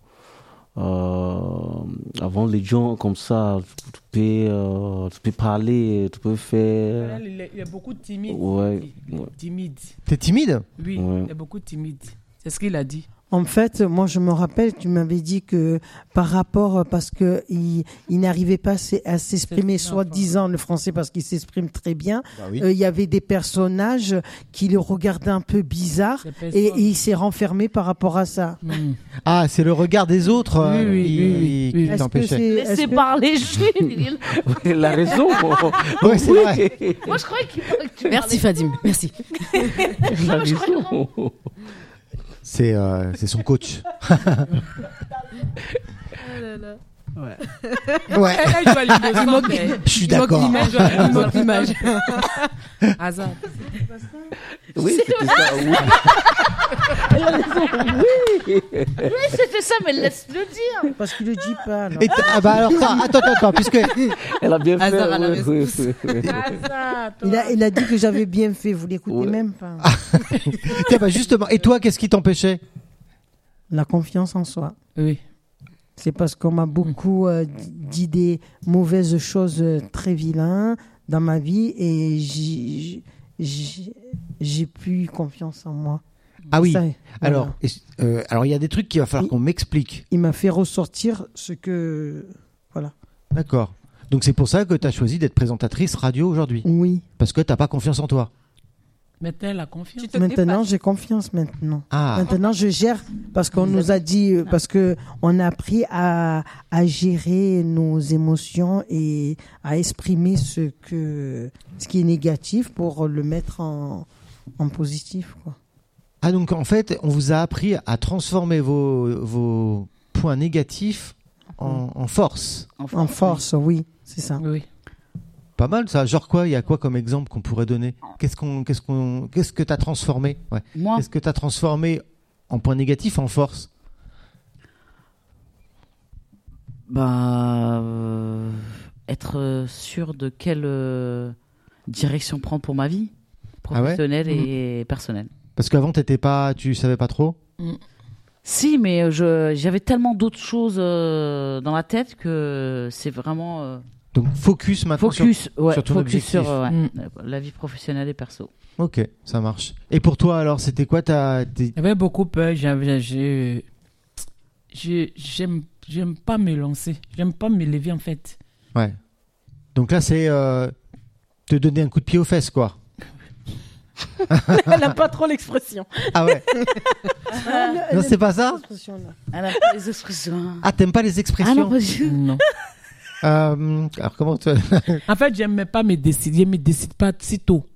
euh, avant les gens comme ça, tu, tu peux, euh, tu peux parler, tu peux faire.
Il est, il est beaucoup timide.
Ouais,
Il est
ouais.
Timide.
T'es timide
Oui,
Ouais.
il est beaucoup timide. C'est ce qu'il a dit.
En fait, moi, je me rappelle, tu m'avais dit que par rapport, euh, parce que il, il n'arrivait pas à s'e- à s'exprimer
C'est-
soi-disant le français parce qu'il s'exprime très bien.
Bah
Euh,
oui.
Il y avait des personnages qui le regardaient un peu bizarre
Les
et,
personnes.
et il s'est renfermé par rapport à ça.
Hmm.
Ah, c'est le regard des autres euh,
Oui, oui,
qui,
oui, oui,
qui
oui. Est-ce que
t'empêchait.
c'est- est-ce
Laissez
que-
parler Jules.
Il a raison.
Ouais, c'est vrai.
Moi, je croyais qu'il que tu
Merci Fadim, merci.
Il a raison.
C'est euh, c'est son coach.
Oh
Ouais.
Elle, elle doit eh, lui descendre.
Je suis d'accord.
Image, ouais, il manque l'image. Hasard.
Oui, c'était ça. oui.
parlais. C'était ça, mais laisse-le dire.
Parce qu'il le dit pas. alors.
Et t- ah bah alors ça, attends, attends, attends, puisque
Elle a bien
Hasard à la
fait. oui, oui, oui, oui.
Il a, il a dit que j'avais bien fait. Vous l'écoutez
Ouais.
même pas.
tiens bah justement, et toi qu'est-ce qui t'empêchait
La confiance en soi.
Oui.
C'est parce qu'on m'a beaucoup euh, dit des mauvaises choses euh, très vilaines dans ma vie et j'ai- j'ai j'ai plus confiance en moi.
Ah oui.
Ça, voilà.
Alors, est-ce- euh, alors il y a des trucs qu'il va falloir
Oui.
qu'on m'explique.
il m'a fait ressortir ce que voilà.
D'accord. Donc c'est pour ça que tu as choisi d'être présentatrice radio aujourd'hui
Oui.
parce que t'as pas confiance en toi.
Maintenant, la confiance.
Tu te
Maintenant,
dépasses.
j'ai confiance maintenant.
Ah,
Maintenant, je gère parce qu'on nous a dit euh, parce que on a appris à à gérer nos émotions et à exprimer ce que ce qui est négatif pour le mettre en en positif quoi.
ah donc en fait, on vous a appris à transformer vos vos points négatifs en, en force.
En force, oui, c'est ça.
Oui.
Pas mal ça. Genre quoi Il y a quoi comme exemple qu'on pourrait donner Qu'est-ce qu'on qu'est-ce qu'on qu'est-ce que t'as transformé Ouais.
Ah.
Moi,
Qu'est-ce que t'as transformé en point négatif en force
bah, euh, être euh, sûr de quelle euh, direction prendre pour ma vie
Ah ouais
professionnelle et personnelle.
Parce qu'avant t'étais pas, tu savais pas trop.
Si, mais euh, je j'avais tellement d'autres choses euh, dans la tête que c'est vraiment euh,
Donc focus maintenant. sur-
focus, ouais,
sur ton
focus
objectif.
sur euh, ouais,
Mm.
la vie professionnelle et perso.
Ok, ça marche. Et pour toi alors, c'était quoi ta tes-
J'avais beaucoup peur. J'avais, je, je- j'aime, j'aime pas me lancer. J'aime pas me lever en fait.
Ouais. Donc là c'est euh, te donner un coup de pied aux fesses quoi.
Elle n'aime pas trop l'expression.
Ah ouais. non c'est pas ça.
Ah, là, pas les expressions.
Ah t'aimes pas les
Ah non,
expressions.
pas du tout.
Non.
Euh, alors comment tu.
En fait, j'aimais pas me décider. Je me décide pas si tôt.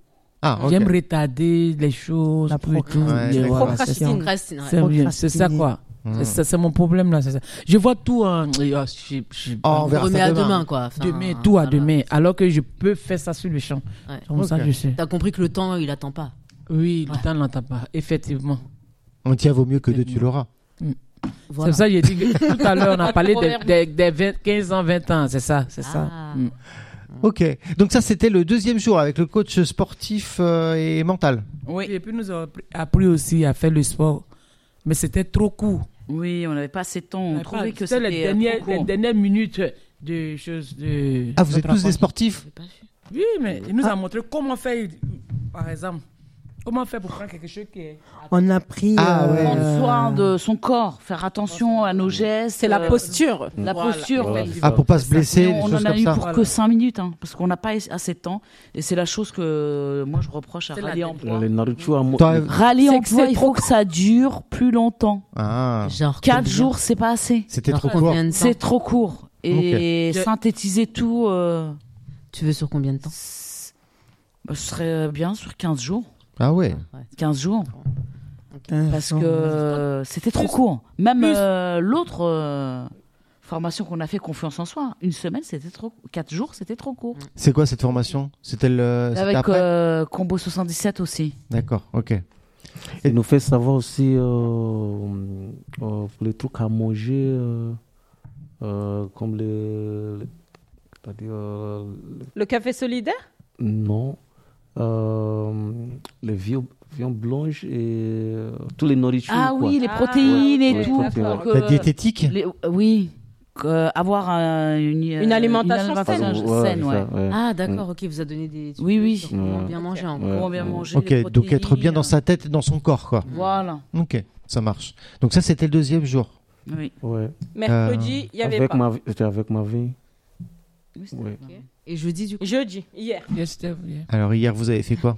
Ah ok.
J'aime retarder les choses.
La
tout et tout.
Ouais,
Et
d'accord.
voilà, c'est ça.
Procrastine.
Procrastine, ouais.
C'est bien, c'est ça
Procrastiner.
quoi.
Mmh.
C'est ça, c'est mon problème là. c'est ça. Je vois tout. hein, et, ah, je- je-
Oh, on verra
Remets
ça
à
demain.
demain, quoi. Enfin,
demain, tout à
Ah, voilà.
demain. Alors que je peux faire ça sur le champ.
Ouais.
Comme ça,
Ok.
je sais.
T'as compris que le temps, il attend pas.
Oui, le
Ouais.
temps n'entend pas. Effectivement.
On tient vaut mieux que deux tu l'auras.
Voilà.
C'est pour ça que j'ai dit que tout à l'heure, on a parlé des
Proverbe.
des- des 20 15 ans, 20 ans, c'est ça, c'est
Ah.
ça. Mm.
Ok. Donc ça c'était le deuxième jour avec le coach sportif euh, et mental.
Oui. Et puis nous avons appris- appris aussi à faire le sport, mais c'était trop court.
Oui, on n'avait pas assez de temps. On trouvait que
C'était
c'était
les
euh,
dernières,
trop
les
court.
dernières minutes de choses de.
Ah vous
notre
êtes tous des Ah.
rencontre.
sportifs.
Oui, mais il nous a montré comment faire, par exemple, comment faire pour prendre quelque chose qui est.
On a pris euh,
Ah ouais.
Prendre soin de son corps, faire attention à nos gestes.
C'est la
euh,
posture.
La
Voilà.
posture.
Voilà.
ouais.
Ah pour pas se blesser,
Mais
des
on
choses
en a
comme
eu
ça.
pour
Voilà.
que 5 minutes, hein, parce qu'on n'a pas assez de temps. Et c'est la chose que euh, moi je reproche à
C'est la
Rallye
tête.
Emploi.
Le Naruto a mo-
Toi-
Rallye
C'est que
Emploi,
c'est
il faut que ça dure plus longtemps.
Ah.
Genre.
4
combien-
jours, c'est pas assez.
C'était
genre
trop
combien
court.
de temps
C'est trop court. Et
Ok.
synthétiser tout, euh,
Tu veux sur combien de temps
c'est- bah, je serais bien sur 15 jours.
Ah ouais.
Ouais.
15 jours.
euh,
Parce
on-
que euh, c'était trop court. Même
plus.
euh, l'autre euh, formation qu'on a fait confiance en soi, une semaine, c'était trop. Quatre jours, c'était trop court.
C'est quoi cette formation C'était le. c'était
Avec
après
euh, Combo 77 aussi.
D'accord. Ok.
Il nous fait savoir aussi euh, euh, pour les trucs à manger, euh, euh, comme les. les- c'est-à-dire, euh,
Le café solidaire
les- non. euh, les viandes, viandes blanches et euh, tous les nourritures.
Ah
quoi.
oui, les
Ah,
protéines
ouais,
et
ouais,
tout.
ouais.
pour que-
La diététique.
les- euh, Oui. euh, avoir un- une, euh,
Une alimentation
Ah, Ouais,
saine,
c'est
ouais.
ça, ouais.
Ah,
Mm.
d'accord, ok, vous a donné des.
Oui,
trucs
oui.
sur Comment
Ouais.
bien manger, en gros.
Ouais.
Comment bien manger.
Ok,
les
donc être bien
protéines. euh,
dans sa tête et dans son corps, quoi.
Voilà.
Ok, ça marche. Donc ça, c'était le deuxième jour.
Oui.
Ouais.
Mercredi, il y avait
Avec
pas.
ma, vie- j'étais avec ma vie.
Oui, c'est
Ouais.
vrai.
Et jeudi, du coup.
Jeudi, hier.
Yes, Steph, yeah.
Alors hier, vous avez fait quoi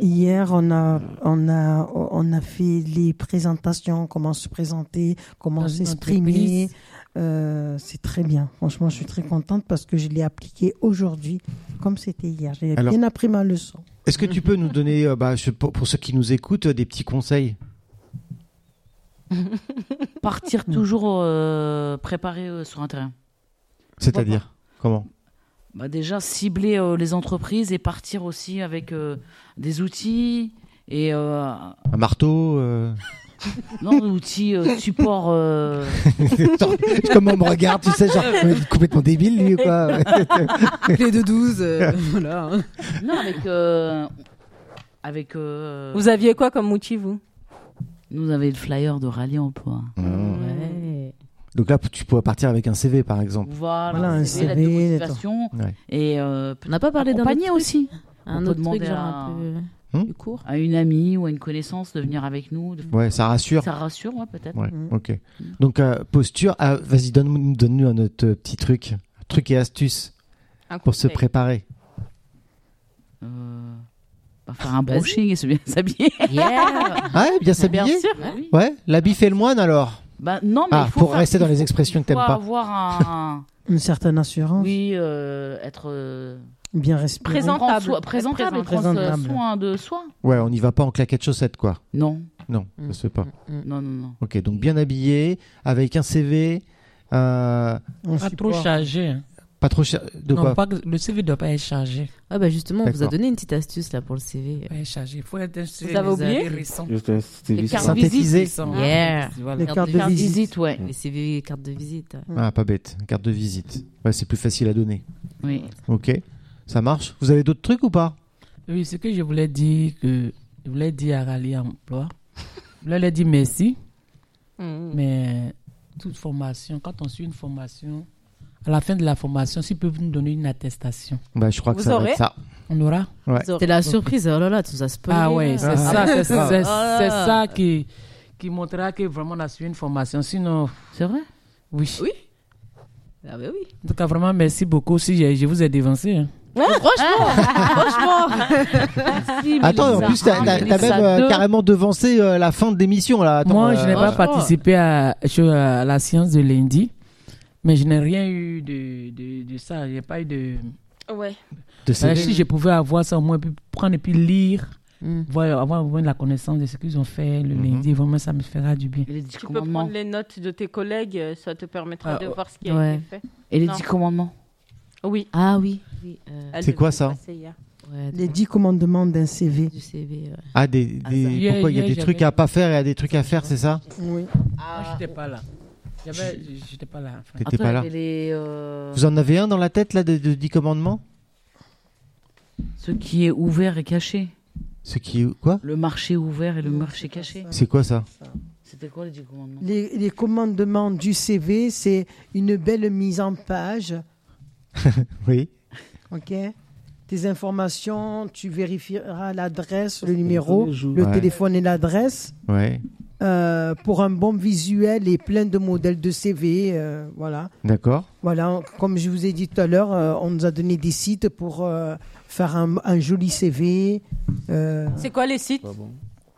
Hier, on a, on, a, on a fait les présentations, comment se présenter, comment
Dans une
s'exprimer.
entreprise.
Euh, c'est très bien. Franchement, je suis très contente parce que je l'ai appliqué aujourd'hui, comme c'était hier. J'ai
Alors-
bien appris ma leçon.
Est-ce que tu peux nous donner, euh, bah, je- pour, pour ceux qui nous écoutent, euh, des petits conseils
Partir toujours euh, préparé euh, sur un terrain.
C'est-à-dire Comment
Bah déjà cibler euh, les entreprises et partir aussi avec euh, des outils et euh,
Un marteau euh,
non des outils euh, support euh,
genre, Comme on me regarde, tu sais, genre, ouais, il est complètement débile, lui, ou quoi
Clé de 12, euh, voilà. hein.
non avec euh, avec euh,
Vous aviez quoi comme outil, vous
nous on avait le flyer de rallye emploi
Mmh.
euh,
Donc là, tu pourrais partir avec un CV, par exemple.
voilà,
Voilà, un
CV, la
CV,
motivation
Ouais.
et euh,
On n'a pas parlé d'un
Accompagner
autre
aussi
truc
On
Un
peut
autre truc,
demander
genre
à-
un peu
Hmm
plus court.
à une amie ou à une connaissance de venir avec nous de-
Ouais, ça rassure.
ça rassure ouais, peut-être
Ouais,
Mm.
ok. Donc, euh, posture. Ah, Vas-y, donne-nous donne un autre euh, petit truc. Truc et astuce
Un
pour se
conseil.
préparer.
Euh, bah, faire un brushing et se bien s'habiller
Yeah
Ah, ouais, bien s'habiller
Bah oui.
Ouais, l'habit fait le moine, alors.
Bah, non mais
Ah,
il faut
pour
faire-
rester dans
il
les
faut-
expressions que
il
t'aimes
faut
pas.
avoir un
Une certaine assurance,
Oui, euh, être euh,
bien respirant.
Présent- Présentable.
prendre soin- présentable, et prendre
Présentable.
soin de soi.
Ouais, on n'y va pas en claquettes chaussettes, quoi.
Non,
Non,
Mm.
ça se fait pas.
non, non, non.
Ok, donc bien habillé, avec un CV, euh,
On
Pas trop
support.
chargé. hein.
pas trop cher. De
Non,
quoi
pas que- le CV ne doit pas être chargé.
Ah bah justement, on vous a
D'accord.
donné une petite astuce là pour le euh, CV.
Pas être chargé. Il faut être un CV
avez oublié
récent.
Juste un styliste.
cartes
Synthétiser.
Récent.
Yeah
Voilà.
Les
Carte
cartes
de
de
visite.
visite.
Visite, ouais.
Les CV, carte de visite. ouais.
Ah, pas bête. Carte de visite. Ouais, c'est plus facile à donner.
Oui.
Ok, ça marche. Vous avez d'autres trucs ou pas
Oui, ce que je voulais dire, que je voulais dire à Rallye Emploi, je voulais leur dire merci,
Mm-hmm.
mais toute formation, quand on suit une formation, à la fin de la formation, s'ils peuvent nous donner une attestation,
Bah, je crois que
Vous
ça va
aurez
être ça.
on aura
C'était la surprise, oh là là, tout ça spoilé.
Ah ouais,
là.
c'est ça, c'est c'est- c'est
Ah.
ça qui, qui montrera que vraiment on a suivi une formation. Sinon,
C'est vrai
oui.
Oui. Ah bah oui.
En tout cas, vraiment, merci beaucoup. Si je, je vous ai dévancé. hein.
Si, mais
Ah, Attends, en
Lisa,
plus, t'as
un,
t'as-
mais
t'as
Lisa
même euh,
deux.
carrément devancé euh, la fin de l'émission, là. Attends,
Moi,
euh,
je n'ai pas
franchement.
participé à, sur, euh, la science de lundi, mais je n'ai rien eu de, de, de ça. Je n'ai pas eu de.
Ouais.
de
Euh,
CV.
si je pouvais avoir ça, au moins, puis prendre et puis lire,
Mm.
voir, avoir au moins la connaissance de ce qu'ils ont fait le
Mhm.
lundi, vraiment, ça me fera du bien.
Et les dix
Tu peux
commandements.
prendre les notes de tes collègues, euh, ça te permettra
Ah,
de
oh,
voir ce qui a
ouais.
été fait.
Et les
Non.
dix commandements.
Oui.
Ah oui. oui, euh,
elle
C'est quoi,
devait
ça
passer hier.
ouais,
Les 10 commandements d'un CV.
du CV. ouais.
Ah, des, des-
Ah, ça.
pourquoi il y a
Yeah,
des
yeah,
trucs
j'avais-
à pas faire et à des trucs à faire, c'est ça
Oui.
Ah.
Moi, je n'étais Ah, pas là. J'avais- J'étais pas là. enfin.
T'étais
Après,
pas là.
il y avait les, euh,
Vous en avez un dans la tête, là, de, de 10 commandements
Ce qui est ouvert et caché.
Ce qui est. Quoi
Le marché ouvert et le marché caché.
C'est quoi ça
C'était quoi les dix commandements
Les, les commandements du CV, c'est une belle mise en page.
Oui.
OK Tes informations, tu vérifieras l'adresse, le numéro, le
Ouais.
téléphone et l'adresse
Ouais.
euh, pour un bon visuel et plein de modèles de CV. euh, voilà.
D'accord.
Voilà, on- comme je vous ai dit tout à l'heure, euh, on nous a donné des sites pour euh, faire un, un joli CV. Euh,
C'est quoi les sites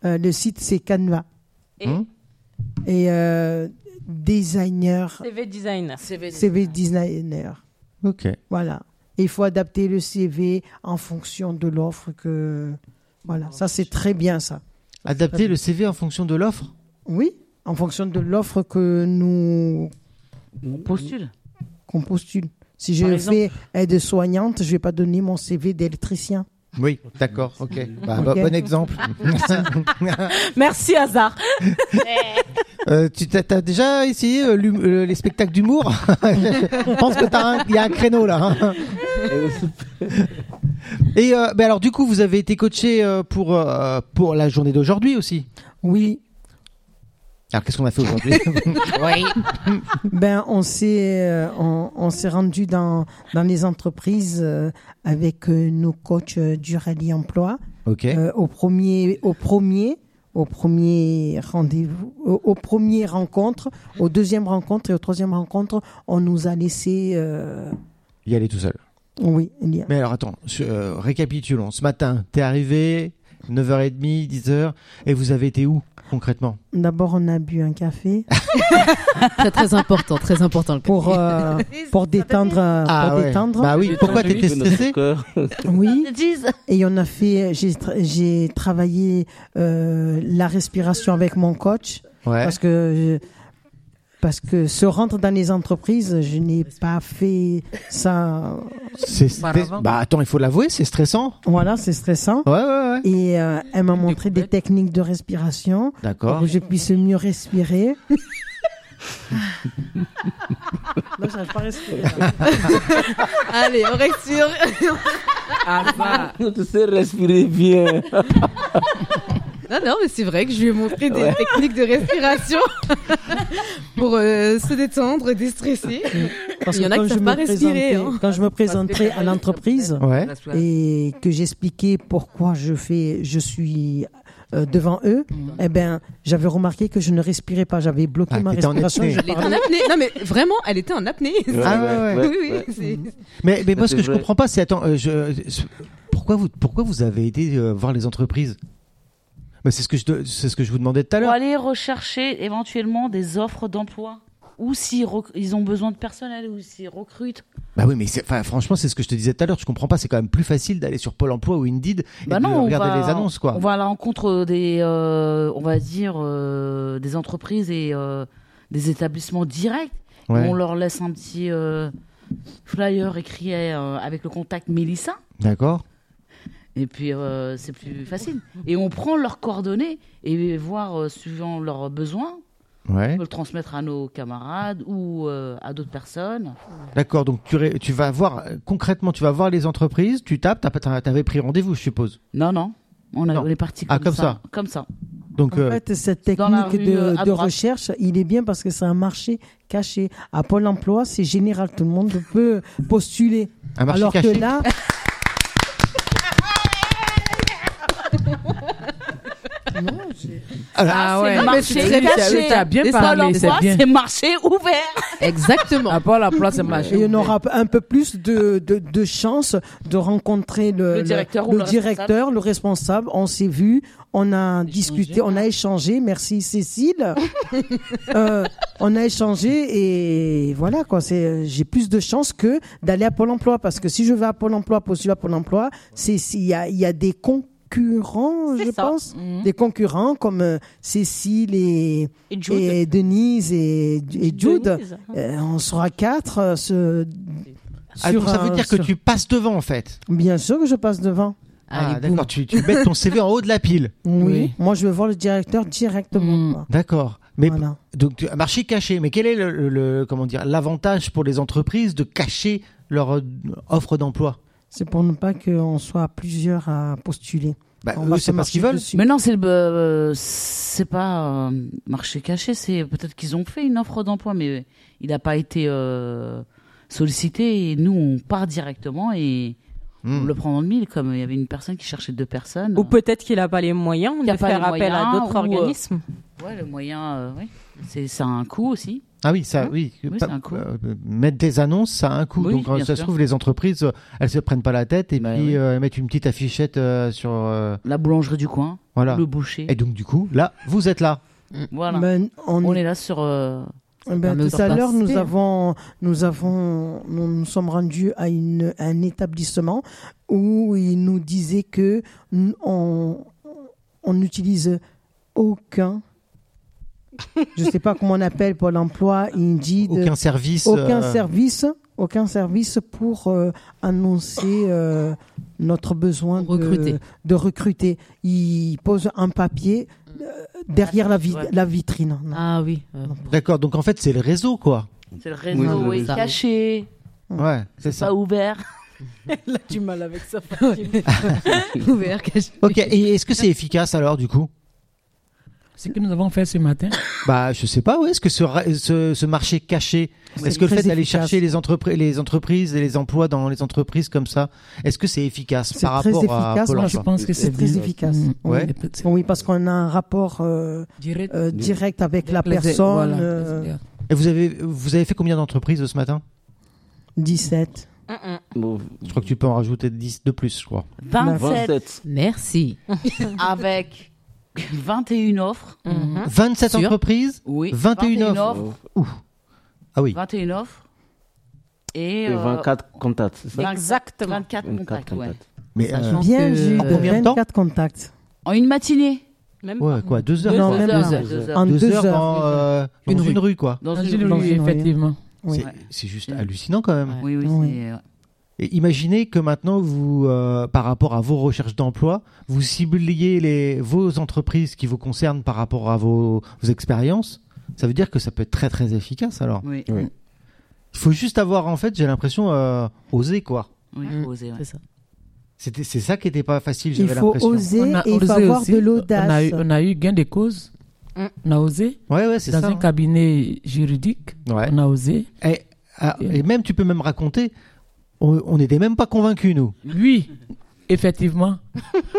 euh, le site, c'est Canva.
Et
Hum
Et euh, designer,
CV designer.
CV designer.
Ok.
Voilà. Et il faut adapter le CV en fonction de l'offre que. Voilà, ça c'est très bien ça.
Adapter le CV en fonction de l'offre
Oui, en fonction de l'offre que nous
Mm. Postule.
qu'on postule. Si je
Par exemple
fais aide-soignante, je vais pas donner mon CV d'électricien.
Oui, d'accord, ok. Bah,
Ok.
bah, Bon exemple.
Merci, hasard.
Euh, tu t'as t'as déjà essayé euh, l'hum- euh, les spectacles d'humour Je pense que t'as un- il y a un créneau là. hein. Et euh, bah, alors du coup, vous avez été coaché euh, pour euh, pour la journée d'aujourd'hui aussi.
Oui,
Alors qu'est-ce qu'on a fait aujourd'hui
Ben, on s'est euh, on, on s'est rendu dans dans les entreprises euh, avec euh, nos coachs euh, du rallye emploi
Ok.
euh, au premier au premier au premier rendez-vous au, au premier rencontre au deuxième rencontre et au troisième rencontre on nous a laissé euh,
Y aller tout seul.
oui il y a-
Mais alors attends, su- euh, récapitulons. Ce matin, t'es arrivé 9h30, 10h, et vous avez été où concrètement
d'abord on a bu un café
Très très important, très important le
pour
café.
euh, pour détendre euh, pour
ouais.
détendre
Bah oui.
Le
Pourquoi
temps de
t'étais
vivre notre
stressé
cœur.
oui
Disent.
Et on a fait, j'ai, tra- j'ai travaillé euh, la respiration avec mon coach
Ouais.
parce que parce que se rendre dans les entreprises, je n'ai pas fait ça.
C'est stress-
Auparavant.
Bah attends, il faut l'avouer, c'est stressant.
Voilà, c'est stressant.
Ouais, ouais, ouais.
Et euh, elle m'a montré des
Découverte.
techniques de respiration pour
D'accord.
que je puisse mieux respirer. non, j'arrive pas à respirer. là.
Allez, on respire.
Ah, Alpha,
Tu sais respirer bien.
Non, non, mais c'est vrai que je lui ai montré des techniques de respiration pour euh, se détendre, déstresser.
Parce
Il y en a
quand
qui
je
savent
me
pas
présentais-
respirer, hein.
Quand je me présenterai à l'entreprise,
Ouais.
Ah,
et que j'expliquais pourquoi je fais, je suis euh, devant eux,
Mhm.
eh ben, j'avais remarqué que je ne respirais pas, j'avais bloqué
Ah,
ma
t'étais en
respiration.
apnée.
je
Elle était en
parlais.
apnée. Non, mais vraiment, elle était en apnée.
Ah ouais, ouais.
oui, oui. c'est-
Mais, mais moi, ce
c'est
que je
vrai.
comprends pas, c'est attends, euh, je, ce- pourquoi vous pourquoi vous avez été euh, voir les entreprises Mais c'est ce que je te- c'est ce que je vous demandais tout à
Pour
l'heure.
aller rechercher éventuellement des offres d'emploi. Ou s'ils rec- ils ont besoin de personnel, ou s'ils recrutent.
Bah oui, mais c'est- enfin, franchement, c'est ce que je te disais tout à l'heure. Je comprends pas. C'est quand même plus facile d'aller sur Pôle Emploi ou Indeed et
Bah
de
non, on
regarder
va-
les annonces, quoi.
On va à la rencontre des, euh, on va dire, euh, des entreprises et euh, des établissements directs.
Ouais.
On leur laisse un petit euh, flyer écrit euh, avec le contact Mélissa.
D'accord.
Et puis, euh, c'est plus facile. Et on prend leurs coordonnées et voir, euh, suivant leurs besoins, on
Ouais.
peut le transmettre à nos camarades ou euh, à d'autres personnes.
D'accord. Donc tu ré- tu vas voir euh, concrètement, tu vas voir les entreprises, tu tapes, t'as pas- t'as- t'avais pris rendez-vous, je suppose.
Non, non. On, a,
Non.
on est parti comme,
Ah, comme ça.
Comme ça.
Donc
En
euh,
fait, cette
Dans la
technique
rue, euh,
de,
à
de
droite.
recherche, il est bien parce que c'est un marché caché. À Pôle emploi, c'est général, tout le monde peut postuler.
un marché
Alors
caché.
que là,
Ah ouais,
marché
mais c'est très
caché.
bien,
t'as bien
Et ça,
parlé,
l'emploi,
c'est bien.
C'est marché ouvert.
Exactement.
À part la place, c'est machin.
il y en aura un peu plus de, de, de chances de rencontrer le,
Le directeur ou
le
le
directeur, le responsable. On s'est vu, on a discuté, on a échangé. Merci Cécile. Euh, on a échangé et voilà quoi. C'est j'ai plus de chances que d'aller à Pôle Emploi parce que si je vais à Pôle Emploi, postuler à Pôle Emploi, c'est il y a il y a des concurrents, je
ça.
pense, des concurrents comme euh, Cécile et,
Et Jude.
et Denise et, et Jude.
Denise.
Euh, on sera quatre. euh, ce-
Ah, donc,
sur
ça veut
un-
dire que
sur-
tu passes devant en fait.
Bien sûr que je passe devant.
Ah,
Allez, boum.
d'accord. Tu, tu mets ton CV en haut de la pile.
Oui.
Oui.
Moi, je veux voir le directeur directement.
Mm.
quoi.
D'accord. Mais
Voilà.
donc tu- marché caché. Mais quel est le, le- le- comment dire l'avantage pour les entreprises de cacher leur euh, offre d'emploi
C'est pour ne pas qu'on soit plusieurs à postuler.
bah,
On
Eux,
va se
c'est parce
marcher
qu'ils veulent.
dessus.
Mais non, c'est le- euh, c'est pas euh, marché caché. C'est peut-être qu'ils ont fait une offre d'emploi, mais il n'a pas été euh, sollicité. Et nous, on part directement et on
Hmm.
le prend dans le mille. Comme il y avait une personne qui cherchait deux personnes.
Ou peut-être qu'il n'a pas les moyens
Il a
de
pas
faire
les
appel à
moyens,
d'autres
ou, euh,
organismes.
Ouais, le moyen, euh, oui. C'est ça a un coût aussi.
Ah oui, ça, oui.
Oui,
Pas-
c'est un coût.
euh, mettre des annonces, ça a un coût.
Oui,
donc euh,
bien
ça se
sûr.
trouve, les entreprises, euh, elles se prennent pas la tête et
Bah
puis
oui.
euh, elles mettent une petite affichette euh, sur euh,
La boulangerie du coin,
voilà.
le boucher.
Ah. Et donc du coup, là, vous êtes là.
Voilà.
Ben, on-
On est là sur. euh,
ben,
on est
tout à
sur
l'heure, nous
place.
avons, nous avons, nous nous sommes rendus à une, à un établissement où ils nous disaient que n- on, on n'utilise aucun, je sais pas comment on appelle Pôle emploi, Indeed,
Aucun service.
aucun
euh,
service aucun service pour euh, annoncer euh, notre besoin
Pour recruter.
De, de recruter. Ils posent un papier euh, derrière la, vi-
Ouais.
la vitrine. Non.
Ah oui. euh,
D'accord. Donc en fait, c'est le réseau, quoi.
C'est le réseau
Oui,
est
ça.
caché,
Ouais, c'est ça.
pas ouvert.
Elle a du mal avec ça.
ouvert, caché.
Ok. Et est-ce que c'est efficace alors, du coup
ce que nous avons fait ce matin.
Bah, je sais pas, ouais, est-ce que ce, ra- ce, ce marché caché, est-ce que le
très
fait d'aller
efficace.
chercher les, entrepri- les entreprises et les emplois dans les entreprises comme ça, est-ce que c'est efficace
C'est
par
très
rapport à
efficace,
Pôle
moi,
Moi,
emploi
je pense que c'est
très
bien.
efficace. Mm.
Mmh.
Ouais.
Et peut- c'est
Oui, parce qu'on a un rapport euh,
direct
euh, direct avec la
avec les-
personne.
voilà,
euh,
les-
Et vous avez, vous avez fait combien d'entreprises euh, ce matin
17.
Bon,
Je crois que tu peux en rajouter 10 de plus, je crois.
27
27.
Merci.
avec 21 offres.
Hein
Mhm.
27
Sûr.
entreprises
Oui.
21 offres. Ah oui.
21 offres. Et,
Et
euh,
24 contacts, c'est ça
Exactement.
24
24
contacts, ouais.
contacts.
Mais euh,
Sachant
Bien,
que-
Jules.
En
combien de temps
24 contacts.
En une matinée
Même
ouais, quoi, 2 heures
Non,
quoi.
même
Deux
pas.
heures, deux heures.
En
deux,
deux
heures,
heures.
dans, euh, dans
Une
une,
rue.
rue, quoi.
Dans
Dans
une
une
Dans
rue,
une rue.
effectivement.
Oui.
C'est- C'est juste hallucinant quand même.
Oui, oui,
Oui.
c'est- ouais.
Et imaginez que maintenant, vous, euh, par rapport à vos recherches d'emploi, vous cibliez les, vos entreprises qui vous concernent par rapport à vos, vos expériences. Ça veut dire que ça peut être très très efficace alors.
Oui,
Oui.
Il faut juste avoir en fait, j'ai l'impression, euh, oser quoi.
oui,
Mm.
faut oser, ouais.
C'est ça.
C'était, c'est ça qui n'était pas facile,
Il
j'avais
faut
l'impression.
oser
On a
et il faut
osé
avoir
aussi.
de
On a, eu,
l'audace.
on a eu gain de cause.
Mm.
On a osé.
Ouais, ouais, c'est
dans
ça.
un
hein.
cabinet juridique.
Ouais.
On a osé.
Et, ah, et même, tu peux même raconter, on on n'était même pas convaincus, nous.
Oui, effectivement.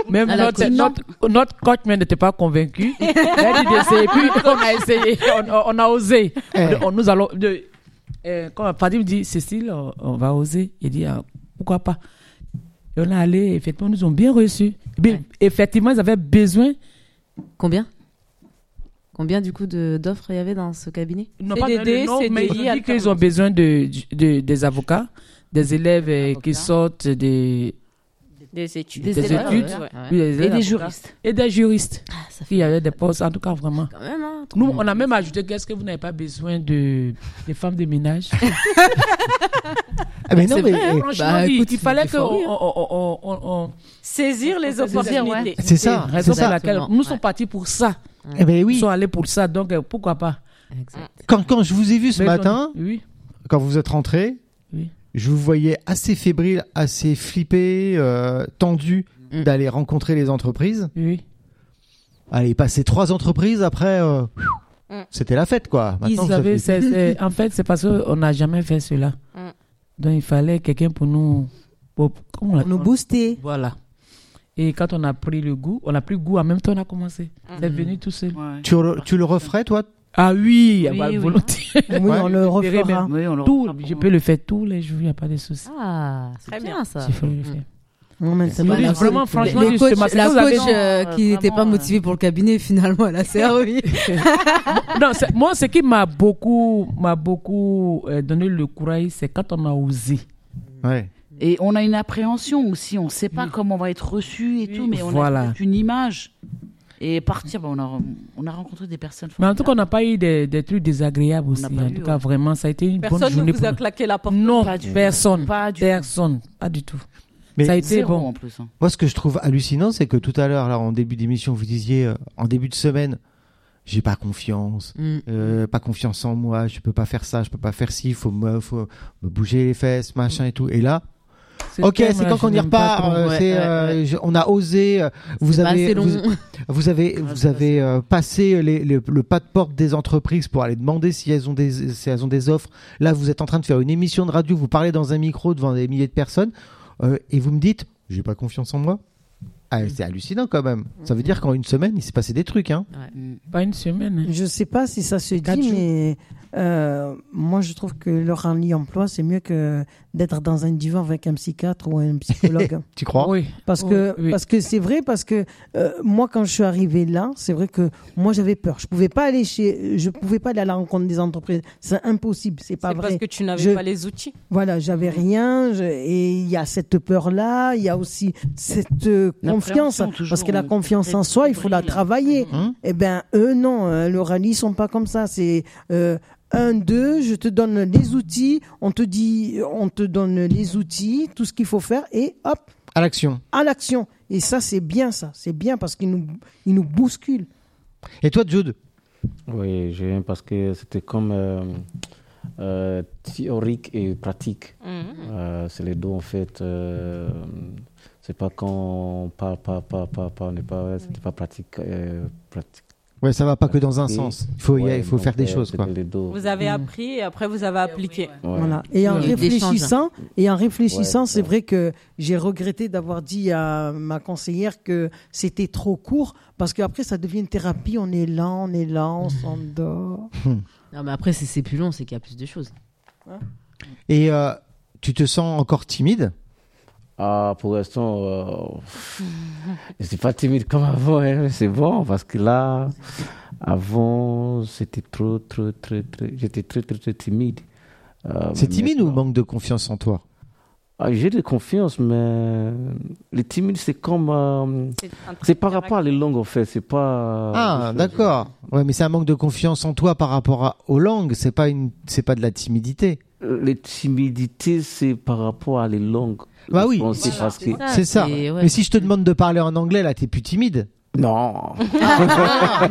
Même
À la
notre,
coach.
notre, notre coach même n'était pas convaincu. Il a dit d'essayer. Puis on a essayé. On, on- on a osé.
Eh.
On, on- nous allons. de- euh, quand Fadi me dit Cécile, on, on va oser. Il dit Ah, pourquoi pas. Et on est allé. Effectivement, nous ont bien reçu. Bien,
Ouais.
Effectivement, ils avaient besoin.
Combien Combien du coup de- d'offres il y avait dans ce cabinet
Ils n'ont
CDD,
donné le nom, mais ils
CDI,
ont dit qu'ils ont besoin de, de- des avocats, des élèves euh, qui
Avocats.
sortent des,
des études.
Des
Des
élèves,
études.
ouais.
oui,
Et
avocats.
des juristes.
et des juristes.
Ah, ça fait
Il y avait des postes, en tout cas, vraiment.
quand même. hein, trop
Nous,
bien.
on a même ajouté qu'est-ce que vous n'avez pas besoin de, des femmes de ménage.
Ah, mais non,
C'est
mais.
vrai,
eh,
franchement,
Bah,
oui,
écoute,
il fallait
des
que.
fois, oui,
on- on- on- on- on-
Saisir les
Saisir,
opportunités.
C'est ça,
une
c'est
raison pour
ça.
laquelle
Exactement,
nous sommes
ouais.
partis pour ça.
Eh ben
Nous
oui,
sommes allés pour ça, donc euh, pourquoi pas.
Exact.
quand, quand je vous ai vu ce
Mais
matin,
on- Oui.
quand vous êtes rentré,
Oui.
je vous voyais assez fébrile, assez flippé, euh, tendu
Mm.
d'aller rencontrer les entreprises.
Oui.
Allez, passer trois entreprises après, euh,
Mm.
c'était la fête quoi.
Ils
Maintenant, vous
avaient-
avez-
c'est- c'est- en fait, c'est parce qu'on n'a jamais fait cela.
Mm.
Donc, il fallait quelqu'un pour nous. Pour, comment on
Pour
l'appelle
nous booster.
Voilà. Et quand on a pris le goût, on a pris goût en même temps, on a commencé. C'est venu tout seul.
Ouais.
Tu, le- tu le referais toi
Ah oui,
Oui,
bah,
oui.
volontiers.
Oui, on le refera.
hein.
Oui, on le
Tout,
refera pour
je
nous.
peux le faire tous les jours, il n'y a pas de souci.
Ah, c'est
Très
bien,
bien.
ça.
Il faut le faire.
Non, mais c'est
Nous
pas
disent
la seule.
vraiment, franchement,
Le
ils disent,
coach-
ce matin,
la
vous avez-
coach euh,
Non,
qui
euh,
n'était pas
vraiment,
motivée pour le cabinet, finalement, elle a servi.
Mm. Non, c'est- moi, ce qui m'a beaucoup, m'a beaucoup euh, donné le courage, c'est quand on a osé.
Ouais.
Et on a une appréhension aussi, on ne sait pas comment on va être reçu et tout, mais on a
Voilà.
peut-être une image. Et partir, bah, on, a, on a rencontré des personnes
Mais en tout cas, on
formidables.
n'a pas eu des, des trucs désagréables
n'a
aussi.
pas
En
eu,
tout
ouais.
cas, vraiment, ça a été une bonne
Personne
journée
ne vous
pour
a
nous.
claqué la porte.
Non,
Pas du tout.
personne.
Pas du
personne. Pas du tout.
Mais-
ça a été
Zéro,
bon.
en plus. hein.
Moi, ce que je trouve hallucinant, c'est que tout à l'heure, là, en début d'émission, vous disiez, euh, en début de semaine, j'ai pas confiance,
Mm.
euh, pas confiance en moi, je peux pas faire ça, je peux pas faire ci, faut me, faut me bouger les fesses, machin et tout. Et là, ok, c'est quand qu'on y repart, euh,
ouais,
c'est,
ouais,
euh, je- on a osé, euh, vous
Bah,
avez,
c'est long.
vous, vous avez, vous avez euh, passé les- les- le pas de porte des entreprises pour aller demander si elles ont des, si elles ont des offres. Là, vous êtes en train de faire une émission de radio, vous parlez dans un micro devant des milliers de personnes, euh, et vous me dites, j'ai pas confiance en moi. Ah,
Mm.
c'est hallucinant quand même. Ça veut dire qu'en une semaine, il s'est passé des trucs, hein.
Ah.
Mm.
Pas une semaine. hein.
Je sais pas si ça se
Quatre
dit,
jours.
mais euh, moi je trouve que le rallye emploi, c'est mieux que d'être dans un divan avec un psychiatre ou un psychologue.
Tu crois
Oui.
Parce
Oh,
Oui,
que
oui.
parce que c'est vrai parce que euh, moi quand je suis arrivée là, c'est vrai que moi j'avais peur. Je pouvais pas aller chez je pouvais pas aller à la rencontre des entreprises. C'est impossible, c'est pas
C'est parce
vrai.
que tu n'avais
Je-
pas les outils.
Voilà, j'avais rien je- et il y a cette peur là, il y a aussi cette euh, confiance
L'appréhension, toujours,
parce que la
on-
confiance en soi, il faut la
brille.
travailler.
Hein
Eh ben eux non, euh, le rallye ils sont pas comme ça, c'est euh, un, deux, je te donne les outils, on te dit, on te donne les outils, tout ce qu'il faut faire, et hop,
À l'action.
à l'action. Et ça, c'est bien, ça. C'est bien parce qu'il nous, il nous bouscule.
Et toi, Jude
Oui, j'aime parce que c'était comme euh, euh, théorique et pratique. Euh, c'est les deux en fait. euh, c'est pas quand on parle, parle, parle, parle, parle, on n'est pas, c'était pas pratique, euh, pratique,
Ouais, ça va pas que dans un
Et-
sens. Il faut, y-
Ouais,
il faut
non,
faire des
ouais,
choses,
c'est
quoi.
dans les dos.
Vous avez
Mm.
appris et après vous avez appliqué.
Ouais.
Voilà. Et en
Il y a eu des
réfléchissant, et en réfléchissant,
Ouais,
c'est
ouais.
vrai que j'ai regretté d'avoir dit à ma conseillère que c'était trop court parce qu'après ça devient une thérapie. On est là, on est là, on s'endort.
Non, mais après, c'est- c'est plus long, c'est qu'il y a plus de choses.
Et euh, tu te sens encore timide
Ah, pour l'instant, euh, je suis pas timide comme avant, hein, mais c'est bon, parce que là, avant, c'était trop, trop, très, très, j'étais très, très, très timide. Euh,
C'est
mais
timide ou
maintenant-
manque de confiance en toi
Ah, J'ai de confiance, mais le timide, c'est comme. euh, c'est par rapport à les langues, en fait, c'est pas.
Ah, d'accord. Ouais, mais c'est un manque de confiance en toi par rapport à- aux langues. C'est pas une, c'est pas de la timidité.
Les timidités, c'est par rapport à les langues.
Bah oui.
On sait
Voilà,
parce que.
c'est ça. Ah,
C'est ça.
c'est- ouais.
Mais si je te demande de parler en anglais, là, t'es plus timide.
Non!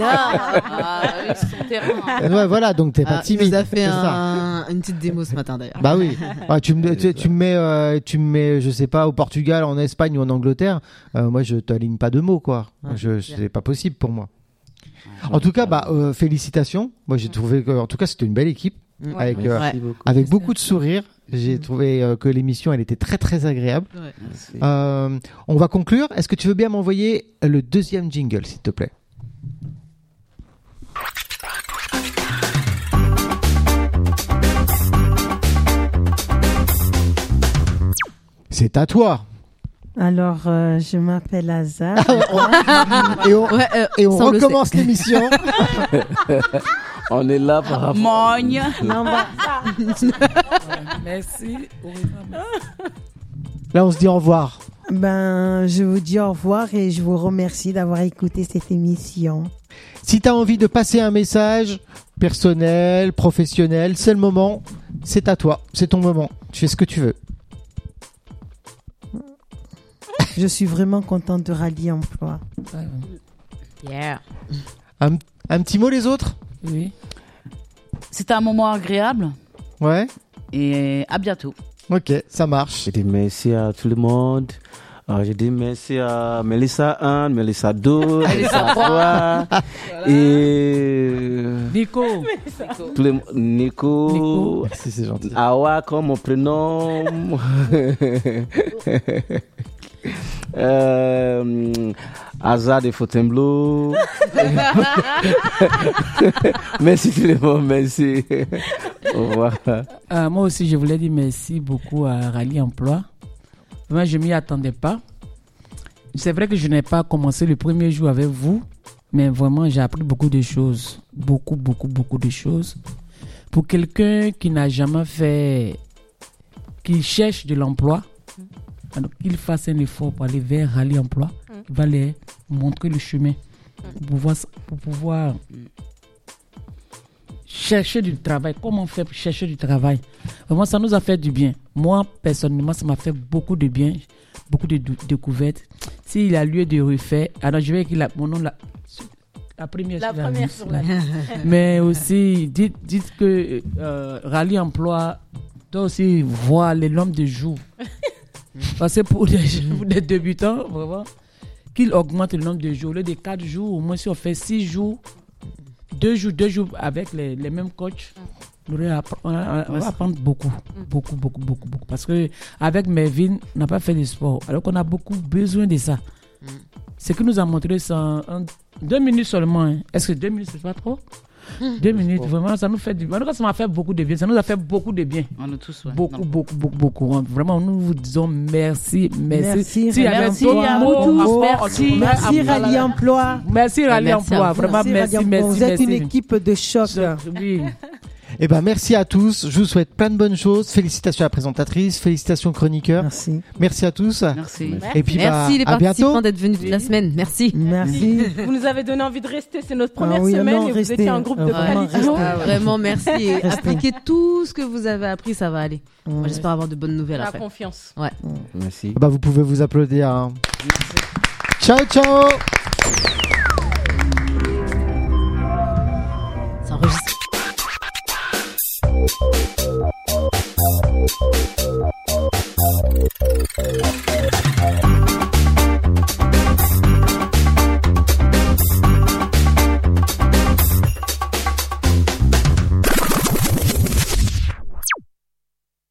Ah, oui, son terrain.
Ouais, voilà, donc t'es pas
Ah,
timide.
Il nous a fait
C'est ça.
un- une petite démo ce matin d'ailleurs.
Bah oui. Ouais, tu me, tu, tu me mets, euh, tu me mets, je sais pas, au Portugal, en Espagne ou en Angleterre. euh, moi, je t'aligne pas de mots, quoi.
Ouais,
je,
Ah, c'est Ah,
c'est pas possible pour moi. En tout cas, bah, euh, félicitations. Moi, j'ai trouvé que, en tout cas, c'était une belle équipe
Ouais.
avec, euh,
Ouais.
avec beaucoup de sourires. J'ai
Mhm.
trouvé euh, que l'émission, elle était très, très agréable.
Ouais.
Merci.
Euh, on va conclure. Est-ce que tu veux bien m'envoyer le deuxième jingle, s'il te plaît C'est à toi.
Alors, euh, je m'appelle Azar.
Et on,
Ouais, euh,
et on
ça, on le sait.
recommence l'émission.
On est là par rapport.
Mogne.
Merci. Au revoir, merci.
Là, on se dit au revoir.
ben, je vous dis au revoir et je vous remercie d'avoir écouté cette émission.
Si tu as envie de passer un message personnel, professionnel, c'est le moment. C'est à toi. C'est ton moment. Tu fais ce que tu veux.
Je suis vraiment contente de rallier emploi.
Ça va.
Yeah.
Un, un petit mot, les autres
Oui.
C'était un moment agréable
Ouais
et à bientôt.
Ok, ça marche.
Je dis merci à tout le monde. Euh, je dis merci à Melissa 1, Melissa 2, Melissa 3. Et euh,
Nico,
tout le monde- Nico.
Nico.
Merci, c'est gentil.
Awa comme mon prénom. euh, Azad de Fontainebleau. merci tout le monde, merci. Au revoir.
euh, moi aussi, je voulais dire merci beaucoup à Rallye Emploi. Moi, je m'y attendais pas. C'est vrai que je n'ai pas commencé le premier jour avec vous, mais vraiment, j'ai appris beaucoup de choses. Beaucoup, beaucoup, beaucoup de choses. Pour quelqu'un qui n'a jamais fait, qui cherche de l'emploi,
Mm.
alors qu'il fasse un effort pour aller vers Rallye Emploi, qui va leur montrer le chemin
Mm.
pour pouvoir, s- pour pouvoir chercher du travail. Comment faire pour chercher du travail Vraiment, ça nous a fait du bien. Moi, personnellement, ça m'a fait beaucoup de bien, beaucoup de dou- découvertes. S'il a lieu de refaire, alors je vais qu'il a mon nom là. La première,
La
sur la
première
liste,
sur
là.
la liste.
Mais aussi, dites, dites que euh, Rallye Emploi doit aussi voir les lampes de jour. Parce que pour des, pour des débutants, vraiment, qu'il augmente le nombre de jours. Au lieu de 4 jours, au moins si on fait 6 jours, 2 jours, 2 jours avec les, les mêmes coachs, on aurait appr- on a- on va apprendre beaucoup, beaucoup, beaucoup, beaucoup, beaucoup. Parce que avec Mervyn, on n'a pas fait de sport, alors qu'on a beaucoup besoin de ça. Ce que nous a montré, c'est en, en deux minutes seulement. hein. Est-ce que deux minutes, c'est pas trop Deux minutes, vraiment, ça nous fait du bien. En tout cas, ça m'a fait beaucoup de bien. Ça nous a fait beaucoup de bien.
On est tous. ouais, dans
Beaucoup,
le-
beaucoup, beaucoup, beaucoup. hein. Vraiment, nous vous disons merci, merci.
Merci,
S'il y avait
merci
d'autres
à
mots,
vous
à
tous.
faire,
Merci.
on-
Merci
on-
Rallye Emploi.
Merci Rallye
Merci à
Emploi.
vous.
Vraiment, merci,
Rallye
merci,
Emploi. Vous êtes
merci.
une équipe de choc.
Oui.
Eh ben, merci à tous. Je vous souhaite plein de bonnes choses. Félicitations à la présentatrice. Félicitations, chroniqueur.
Merci.
Merci à tous.
Merci.
Et puis, bah,
Merci les
à bientôt.
participants d'être venus toute la semaine. Merci.
Merci.
Vous nous avez donné envie de rester, c'est notre première
Ah oui,
semaine
non,
et vous
restez.
étiez un groupe de
Ah, vraiment,
qualité.
restez.
Ah, vraiment merci et
Restez.
appliquez tout ce que vous avez appris, ça va aller. Moi, J'espère avoir de bonnes nouvelles
La
après.
confiance.
Merci.
Bah, vous pouvez vous applaudir. hein. Ciao, ciao.